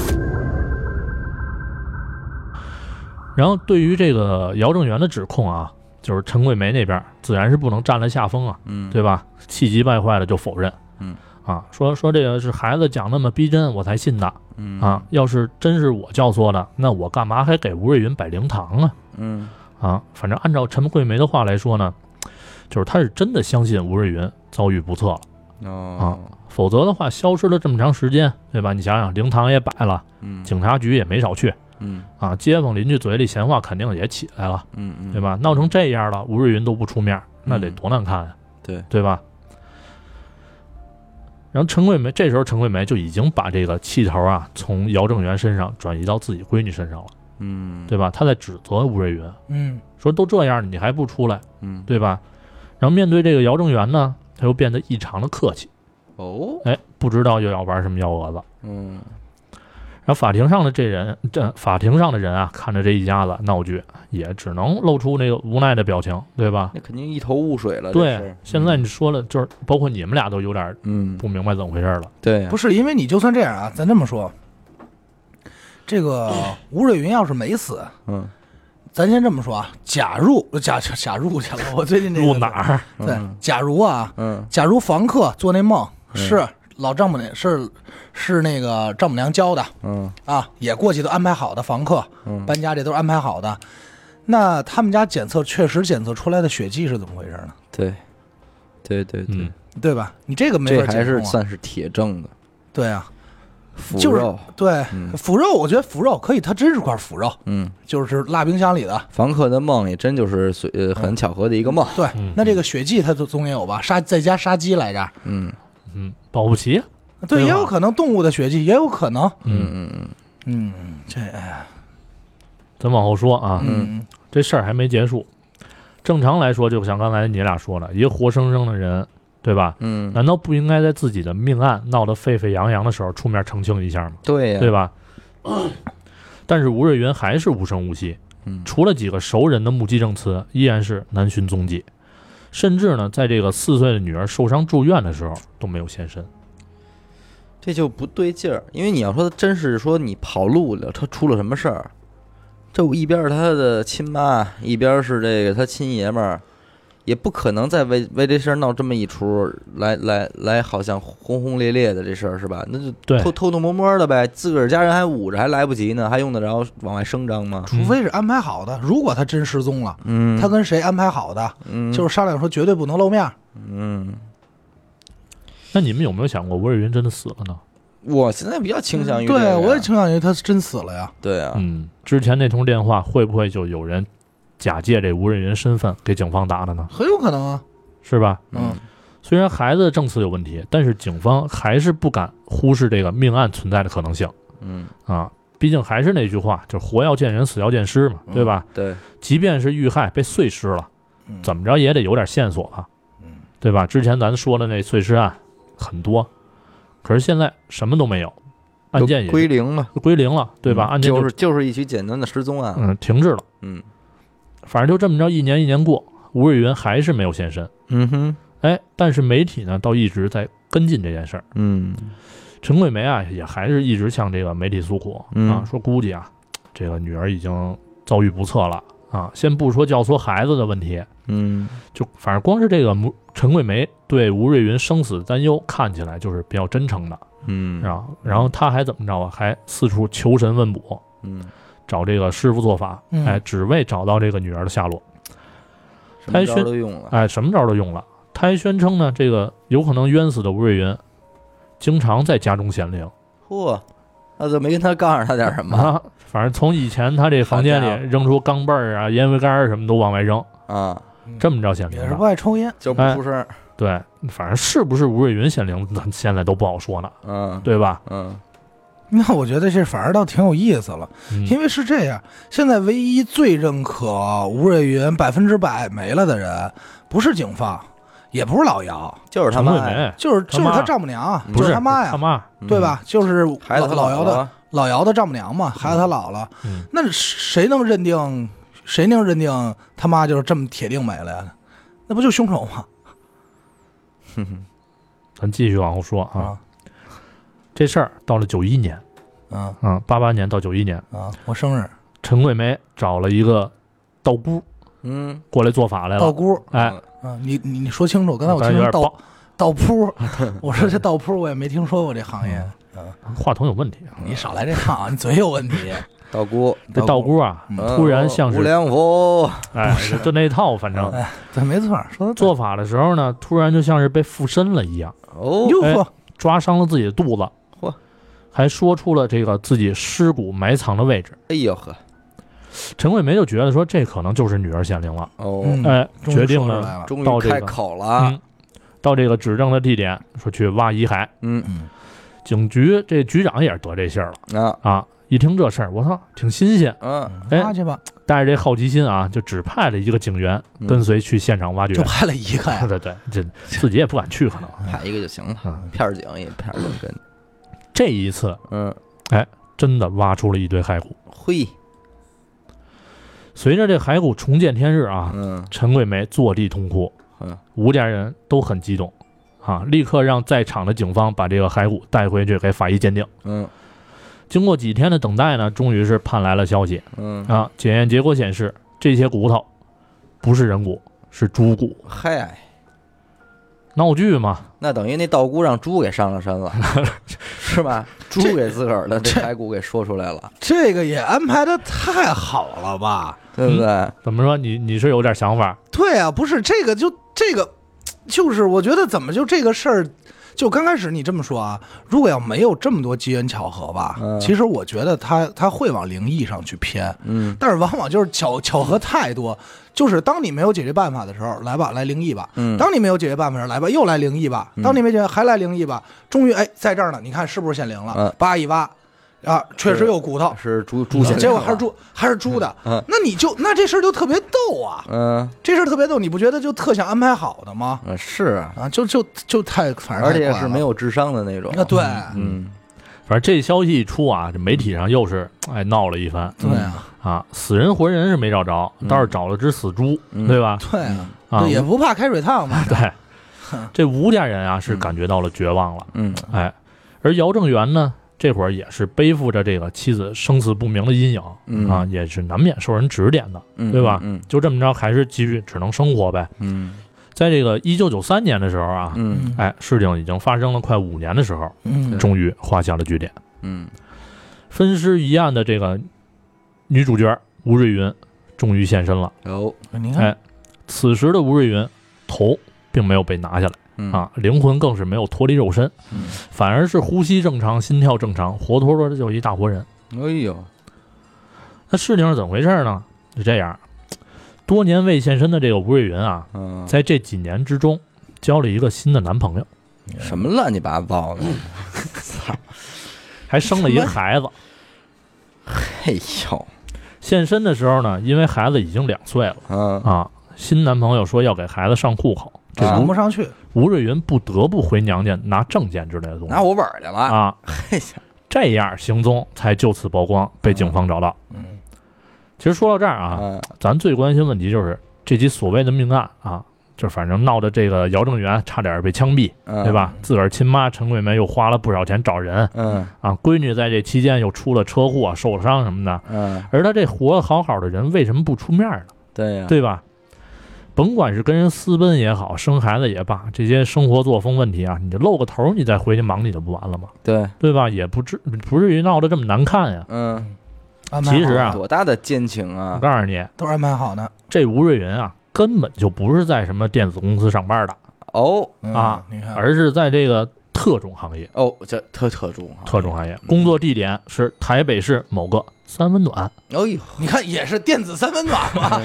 Speaker 1: 然后对于这个姚正元的指控啊，就是陈桂梅那边自然是不能占了下风啊，
Speaker 2: 嗯，
Speaker 1: 对吧？气急败坏的就否认，
Speaker 2: 嗯，
Speaker 1: 啊，说说这个是孩子讲那么逼真，我才信的
Speaker 2: 嗯
Speaker 1: 啊。要是真是我教唆的，那我干嘛还给吴瑞云摆灵堂啊？
Speaker 2: 嗯
Speaker 1: 啊，反正按照陈桂梅的话来说呢，就是她是真的相信吴瑞云遭遇不测了，啊
Speaker 2: 哦
Speaker 1: 否则的话，消失了这么长时间，对吧？你想想，灵堂也摆了，
Speaker 2: 嗯
Speaker 1: 警察局也没少去
Speaker 2: 嗯
Speaker 1: 啊，街坊邻居嘴里闲话肯定也起来了。
Speaker 2: 嗯嗯，
Speaker 1: 对？吧？闹成这样了，吴瑞云都不出面儿，那得
Speaker 2: 嗯
Speaker 1: 多难看呀、啊
Speaker 2: 对
Speaker 1: 对吧？然后陈桂梅这时候，陈桂梅就已经把这个气头啊从姚正元身上转移到自己闺女身上了，
Speaker 2: 嗯
Speaker 1: 对吧？她在指责吴瑞云
Speaker 3: 嗯，
Speaker 1: 说：“都这样了，你还不出来，
Speaker 2: 嗯
Speaker 1: 对吧？”然后面对这个姚正元呢，他又变得异常的客气，
Speaker 2: 哦
Speaker 1: 哎，不知道又要玩什么幺蛾子。
Speaker 2: 嗯
Speaker 1: 然后法庭上的这人，这法庭上的人啊，看着这一家子闹剧，也只能露出那个无奈的表情，对吧？
Speaker 2: 那肯定一头雾水了。这事
Speaker 1: 对
Speaker 2: 儿，
Speaker 1: 现在你说了，就是包括你们俩都有点
Speaker 2: 嗯，
Speaker 1: 不明白怎么回事了。
Speaker 2: 对呀，啊
Speaker 3: 不是因为你就算这样啊，咱这么说，这个吴瑞云要是没死，
Speaker 2: 嗯，
Speaker 3: 咱先这么说啊，假如假假假如去了，我最近这个
Speaker 1: 入哪儿？
Speaker 3: 对，假如啊，
Speaker 2: 嗯
Speaker 3: 假如房客做那梦
Speaker 1: 嗯
Speaker 3: 是老丈母娘是是那个丈母娘教的
Speaker 2: 嗯
Speaker 3: 啊，也过去都安排好的房客
Speaker 2: 嗯
Speaker 3: 搬家这都是安排好的，那他们家检测确实检测出来的血迹是怎么回事呢？
Speaker 2: 对，对对对
Speaker 1: 嗯，，
Speaker 3: 对吧？你这个没
Speaker 2: 这
Speaker 3: 法
Speaker 2: 还
Speaker 3: 检
Speaker 2: 是
Speaker 3: 控啊。
Speaker 2: 算是铁证的
Speaker 3: 对啊，
Speaker 2: 腐
Speaker 3: 就是
Speaker 2: 肉。
Speaker 3: 对
Speaker 2: 嗯
Speaker 3: 腐肉，我觉得腐肉可以，它真是块腐肉，
Speaker 2: 嗯，
Speaker 3: 就是落冰箱里的。
Speaker 2: 房客的梦也真就是随呃
Speaker 3: 嗯
Speaker 2: 很巧合的一个梦。
Speaker 3: 对
Speaker 1: 嗯，
Speaker 3: 那这个血迹它总总也有吧？杀在家杀鸡来着，
Speaker 2: 嗯
Speaker 1: 嗯，保不齐。
Speaker 3: 对，
Speaker 1: 对吧
Speaker 3: 也有可能动物的血迹，也有可能，
Speaker 1: 嗯，
Speaker 2: 嗯嗯
Speaker 3: 嗯，这哎呀
Speaker 1: 咱往后说啊，
Speaker 3: 嗯
Speaker 1: 这事儿还没结束。正常来说，就像刚才你俩说的，一个活生生的人，对吧？
Speaker 2: 嗯，
Speaker 1: 难道不应该在自己的命案闹得沸沸扬扬的时候出面澄清一下吗？
Speaker 2: 对呀，
Speaker 1: 对吧？嗯但是吴瑞云还是无声无息，
Speaker 2: 嗯
Speaker 1: 除了几个熟人的目击证词，依然是难寻踪迹，甚至呢，在这个四岁的女儿受伤住院的时候都没有现身。
Speaker 2: 这就不对劲儿，因为你要说真是说你跑路了，他出了什么事儿？这我一边是他的亲妈，一边是这个他亲爷们儿，也不可能再为为这事儿闹这么一出，来来来，好像轰轰烈烈的这事儿是吧？那就
Speaker 1: 对
Speaker 2: 偷偷偷摸摸的呗，自个儿家人还捂着，还来不及呢，还用得着往外声张吗？
Speaker 1: 嗯
Speaker 3: 除非是安排好的。如果他真失踪了，
Speaker 2: 嗯，
Speaker 3: 他跟谁安排好的，
Speaker 2: 嗯
Speaker 3: 就是商量说绝对不能露面儿。
Speaker 2: 嗯，
Speaker 1: 那你们有没有想过吴瑞云真的死了呢？
Speaker 2: 我现在比较倾向于这个
Speaker 3: 对
Speaker 2: 呀
Speaker 3: 我也倾向于他真死了呀。
Speaker 2: 对啊，
Speaker 1: 嗯，之前那通电话会不会就有人假借这吴瑞云身份给警方打的呢？
Speaker 3: 很有可能啊，
Speaker 1: 是吧？
Speaker 3: 嗯，
Speaker 1: 虽然孩子的证词有问题，但是警方还是不敢忽视这个命案存在的可能性
Speaker 2: 嗯，
Speaker 1: 啊。毕竟还是那句话，就是活要见人，死要见尸嘛，对吧？
Speaker 2: 对，
Speaker 1: 即便是遇害被碎尸了，
Speaker 3: 嗯
Speaker 1: 怎么着也得有点线索吧，
Speaker 2: 嗯
Speaker 1: 对吧？之前咱说的那碎尸案很多，可是现在什么都没有，案件也
Speaker 2: 归零嘛，
Speaker 1: 归零了，对吧？
Speaker 2: 嗯
Speaker 1: 案件
Speaker 2: 就是就是一起简单的失踪案，
Speaker 1: 嗯停滞了，
Speaker 2: 嗯
Speaker 1: 反正就这么着，一年一年过，吴瑞云还是没有现身。
Speaker 2: 嗯哼，
Speaker 1: 哎，但是媒体呢，倒一直在跟进这件事儿。
Speaker 2: 嗯
Speaker 1: 陈桂梅啊，也还是一直向这个媒体诉苦、啊
Speaker 2: 嗯，
Speaker 1: 说估计啊，这个女儿已经遭遇不测了啊。先不说教唆孩子的问题，
Speaker 2: 嗯
Speaker 1: 就反正光是这个吴陈桂梅对吴瑞云生死的担忧，看起来就是比较真诚的
Speaker 2: 嗯，
Speaker 1: 啊。然后她还怎么着啊？还四处求神问卜，
Speaker 2: 嗯，
Speaker 1: 找这个师傅做法，
Speaker 3: 嗯
Speaker 1: 哎，只为找到这个女儿的下落。
Speaker 2: 什么
Speaker 1: 还
Speaker 2: 招
Speaker 1: 宣
Speaker 2: 都用了，
Speaker 1: 哎，什么招都用了。他还宣称呢，这个有可能冤死的吴瑞云，经常在家中显灵
Speaker 2: 嚯，那就没跟他告诉他点什么
Speaker 1: 啊。反正从以前他这房间
Speaker 2: 嗯好家
Speaker 1: 里扔出钢镚儿啊、烟灰缸儿什么都往外扔，
Speaker 2: 啊，
Speaker 1: 这么着显灵
Speaker 3: 也是
Speaker 1: 的
Speaker 3: 不。爱抽烟，
Speaker 2: 就不
Speaker 1: 哎
Speaker 2: 出声儿，
Speaker 1: 对，反正是不是吴瑞云显灵，咱现在都不好说呢，
Speaker 2: 嗯，
Speaker 1: 对吧？
Speaker 2: 嗯
Speaker 3: 那我觉得这反而倒挺有意思了，
Speaker 1: 嗯
Speaker 3: 因为是这样，现在唯一最认可吴瑞云百分之百没了的人，不是警方，也不是老姚，
Speaker 2: 就是他
Speaker 1: 陈桂
Speaker 2: 妈，
Speaker 1: 梅
Speaker 3: 就是就
Speaker 1: 他
Speaker 3: 是
Speaker 1: 妈
Speaker 3: 他丈母娘啊，
Speaker 1: 不
Speaker 3: 就是
Speaker 1: 是
Speaker 3: 他
Speaker 1: 他
Speaker 3: 妈呀，
Speaker 1: 妈，
Speaker 3: 对吧？就是老
Speaker 2: 嗯孩子他
Speaker 3: 老姚的
Speaker 2: 婆
Speaker 3: 老姚的丈母娘嘛，还有他姥姥，
Speaker 1: 嗯
Speaker 3: 那谁能认定谁能认定他妈就是这么铁定没了呀？那不就凶手吗？
Speaker 1: 咱继续往后说啊。
Speaker 3: 啊
Speaker 1: 这事儿到了九一年
Speaker 3: 啊
Speaker 1: 啊，八八年到九一年，
Speaker 3: 啊！我生日
Speaker 1: 陈桂梅找了一个道姑
Speaker 2: 嗯，
Speaker 1: 过来做法来
Speaker 3: 道
Speaker 1: 了。
Speaker 3: 姑
Speaker 1: 哎，
Speaker 3: 啊，你你你说清楚，刚才我
Speaker 1: 但
Speaker 3: 听
Speaker 1: 是有
Speaker 3: 成
Speaker 1: 点
Speaker 3: 道
Speaker 1: 暴，
Speaker 3: 道铺，
Speaker 1: 啊
Speaker 3: 我说这道铺我也没听说过这行业，
Speaker 1: 话筒有问题啊。
Speaker 3: 你少来这套，你嘴有问题。
Speaker 2: 道姑
Speaker 1: 这道姑啊，
Speaker 2: 嗯
Speaker 1: 突然像是
Speaker 2: 无良哦福，
Speaker 1: 哎，就那一套，反正
Speaker 3: 哎，对，没错，说的对
Speaker 1: 做法的时候呢，突然就像是被附身了一样，
Speaker 2: 哦，
Speaker 3: 哟
Speaker 1: 哎
Speaker 3: 呵，
Speaker 1: 抓伤了自己的肚子，
Speaker 2: 嚯
Speaker 1: 还说出了这个自己尸骨埋藏的位置。
Speaker 2: 哎呦呵，
Speaker 1: 陈桂梅就觉得说，这可能就是女儿显灵了，
Speaker 2: 哦，
Speaker 3: 嗯
Speaker 1: 哎，
Speaker 3: 终于
Speaker 1: 决定
Speaker 3: 说出
Speaker 1: 了，
Speaker 3: 来了，
Speaker 2: 终
Speaker 1: 到
Speaker 2: 于
Speaker 1: 这个
Speaker 2: 开口了，
Speaker 1: 嗯，到这个指证的地点说去挖遗骸。
Speaker 2: 嗯，
Speaker 1: 警局这局长也是得这信儿了
Speaker 2: 啊，
Speaker 1: 啊，一听这事儿，我操，挺新鲜，
Speaker 2: 嗯，
Speaker 1: 哎
Speaker 3: 挖去吧，
Speaker 1: 带着这好奇心啊，就只派了一个警员
Speaker 2: 嗯
Speaker 1: 跟随去现场挖掘
Speaker 3: 就。拍了一个呀
Speaker 1: 对。对对，这自己也不敢去，可能。
Speaker 2: 派一个就行了，
Speaker 1: 嗯
Speaker 2: 片儿警也片儿警跟，
Speaker 1: 这一次
Speaker 2: 嗯，
Speaker 1: 真的挖出了一堆骸骨。
Speaker 2: 嘿，
Speaker 1: 随着这骸骨重见天日啊，
Speaker 2: 嗯
Speaker 1: 陈桂梅坐地痛哭
Speaker 2: 嗯，
Speaker 1: 吴家人都很激动啊，立刻让在场的警方把这个骸骨带回去给法医鉴定。
Speaker 2: 嗯
Speaker 1: 经过几天的等待呢，终于是盼来了消息
Speaker 2: 嗯，
Speaker 1: 啊，检验结果显示这些骨头不是人骨，是猪骨，
Speaker 2: 嗨，
Speaker 1: 闹剧嘛。
Speaker 2: 那等于那道姑让猪给上了身了，是吧？猪给自个儿的这
Speaker 3: 这
Speaker 2: 骸骨给说出来了，
Speaker 3: 这个也安排的太好了吧？
Speaker 2: 对不对？
Speaker 1: 怎么说你你是有点想法？
Speaker 3: 对啊，不是这个就这个，就是我觉得怎么就这个事儿，就刚开始你这么说啊，如果要没有这么多机缘巧合吧，
Speaker 2: 嗯
Speaker 3: 其实我觉得他他会往灵异上去偏，
Speaker 2: 嗯
Speaker 3: 但是往往就是巧巧合太多，就是当你没有解决办法的时候，来吧，来灵异吧。
Speaker 2: 嗯，
Speaker 3: 当你没有解决办法时，来吧，又来灵异吧。当你没解决，还来灵异吧。终于，哎，在这儿呢，你看是不是显灵
Speaker 2: 嗯
Speaker 3: 了？扒一挖，啊，确实有骨头，
Speaker 2: 是猪猪先，
Speaker 3: 结果还是，猪，还是猪的。
Speaker 2: 嗯嗯
Speaker 3: 那你就那这事儿就特别逗啊。
Speaker 2: 嗯
Speaker 3: 这事儿特别逗，你不觉得就特想安排好的吗？
Speaker 2: 嗯是啊，
Speaker 3: 啊，就就就太，反正
Speaker 2: 而且是没
Speaker 3: 有
Speaker 2: 有智商的那种，
Speaker 3: 啊，对
Speaker 2: 嗯
Speaker 1: 反正这消息一出啊，这媒体上又是哎闹了一番
Speaker 3: 对啊，
Speaker 1: 啊，死人活人是没找着，倒是找了只死猪，
Speaker 2: 嗯
Speaker 1: 对吧？
Speaker 3: 对啊，
Speaker 1: 啊，
Speaker 3: 对也不怕开水烫嘛。
Speaker 1: 对，这吴家人啊是感觉到了绝望了，
Speaker 2: 嗯
Speaker 1: 哎，而姚正元呢，这会儿也是背负着这个妻子生死不明的阴影、
Speaker 2: 嗯
Speaker 1: 啊，也是难免受人指点的。
Speaker 2: 嗯
Speaker 1: 对吧
Speaker 2: 嗯
Speaker 1: 就这么着，还是继续只能生活呗。
Speaker 2: 嗯
Speaker 1: 在这个一九九三年的时候啊，
Speaker 2: 嗯
Speaker 1: 哎，事情已经发生了快五年的时候，
Speaker 3: 嗯
Speaker 1: 终于画下了句点。
Speaker 2: 嗯
Speaker 1: 分尸一案的这个女主角吴瑞云终于现身了。
Speaker 2: 有
Speaker 3: 嗯，你
Speaker 1: 哎
Speaker 3: 看，
Speaker 1: 此时的吴瑞云头并没有被拿下来
Speaker 2: 嗯
Speaker 1: 啊，灵魂更是没有脱离肉身，
Speaker 2: 嗯
Speaker 1: 反而是呼吸正常、心跳正常，活脱脱的就是一大活人。
Speaker 2: 哎呦
Speaker 1: 那事情是怎么回事呢？是这样，多年未现身的这个吴瑞云啊，
Speaker 2: 嗯
Speaker 1: 在这几年之中交了一个新的男朋友，
Speaker 2: 什么乱七八糟的，
Speaker 1: 还生了一个孩子。
Speaker 2: 嘿哎呦
Speaker 1: 现身的时候呢，因为孩子已经两岁了
Speaker 2: 嗯
Speaker 1: 啊，新男朋友说要给孩子上户口，
Speaker 2: 这
Speaker 3: 上
Speaker 2: 不
Speaker 3: 不上去，
Speaker 1: 吴瑞云不得不回娘家拿证件之类的东西
Speaker 2: 拿我本儿去了，
Speaker 1: 啊，
Speaker 2: 嘿呀
Speaker 1: 这样行踪才就此曝光，被警方找到。
Speaker 3: 嗯，
Speaker 1: 其实说到这儿啊，
Speaker 2: 嗯
Speaker 1: 咱最关心问题就是这起所谓的命案啊，就反正闹得这个姚正元差点被枪毙，
Speaker 2: 嗯
Speaker 1: 对吧？自个儿亲妈陈桂梅又花了不少钱找人
Speaker 2: 嗯
Speaker 1: 啊，闺女在这期间又出了车祸、受了伤什么的，
Speaker 2: 嗯
Speaker 1: 而他这活得好好的人为什么不出面呢？
Speaker 2: 对呀
Speaker 1: 对吧？甭管是跟人私奔也好，生孩子也罢，这些生活作风问题啊，你就露个头，你再回去忙你就不完了吗？
Speaker 2: 对
Speaker 1: 对吧？也不至不至于闹得这么难看呀。
Speaker 2: 嗯
Speaker 3: 安排好
Speaker 1: 其实啊
Speaker 2: 多大的奸情
Speaker 1: 我
Speaker 2: 啊
Speaker 1: 告诉你，
Speaker 3: 都安排好呢
Speaker 1: 这吴瑞云啊，根本就不是在什么电子公司上班的，
Speaker 2: 哦
Speaker 3: 嗯
Speaker 1: 啊
Speaker 3: 你看，
Speaker 1: 而是在这个特种行业。
Speaker 2: 哦这特特重啊
Speaker 1: 特种行业工作地点是台北市某个三温暖，
Speaker 2: 哎呦
Speaker 3: 你看也是电子三温暖 嘛，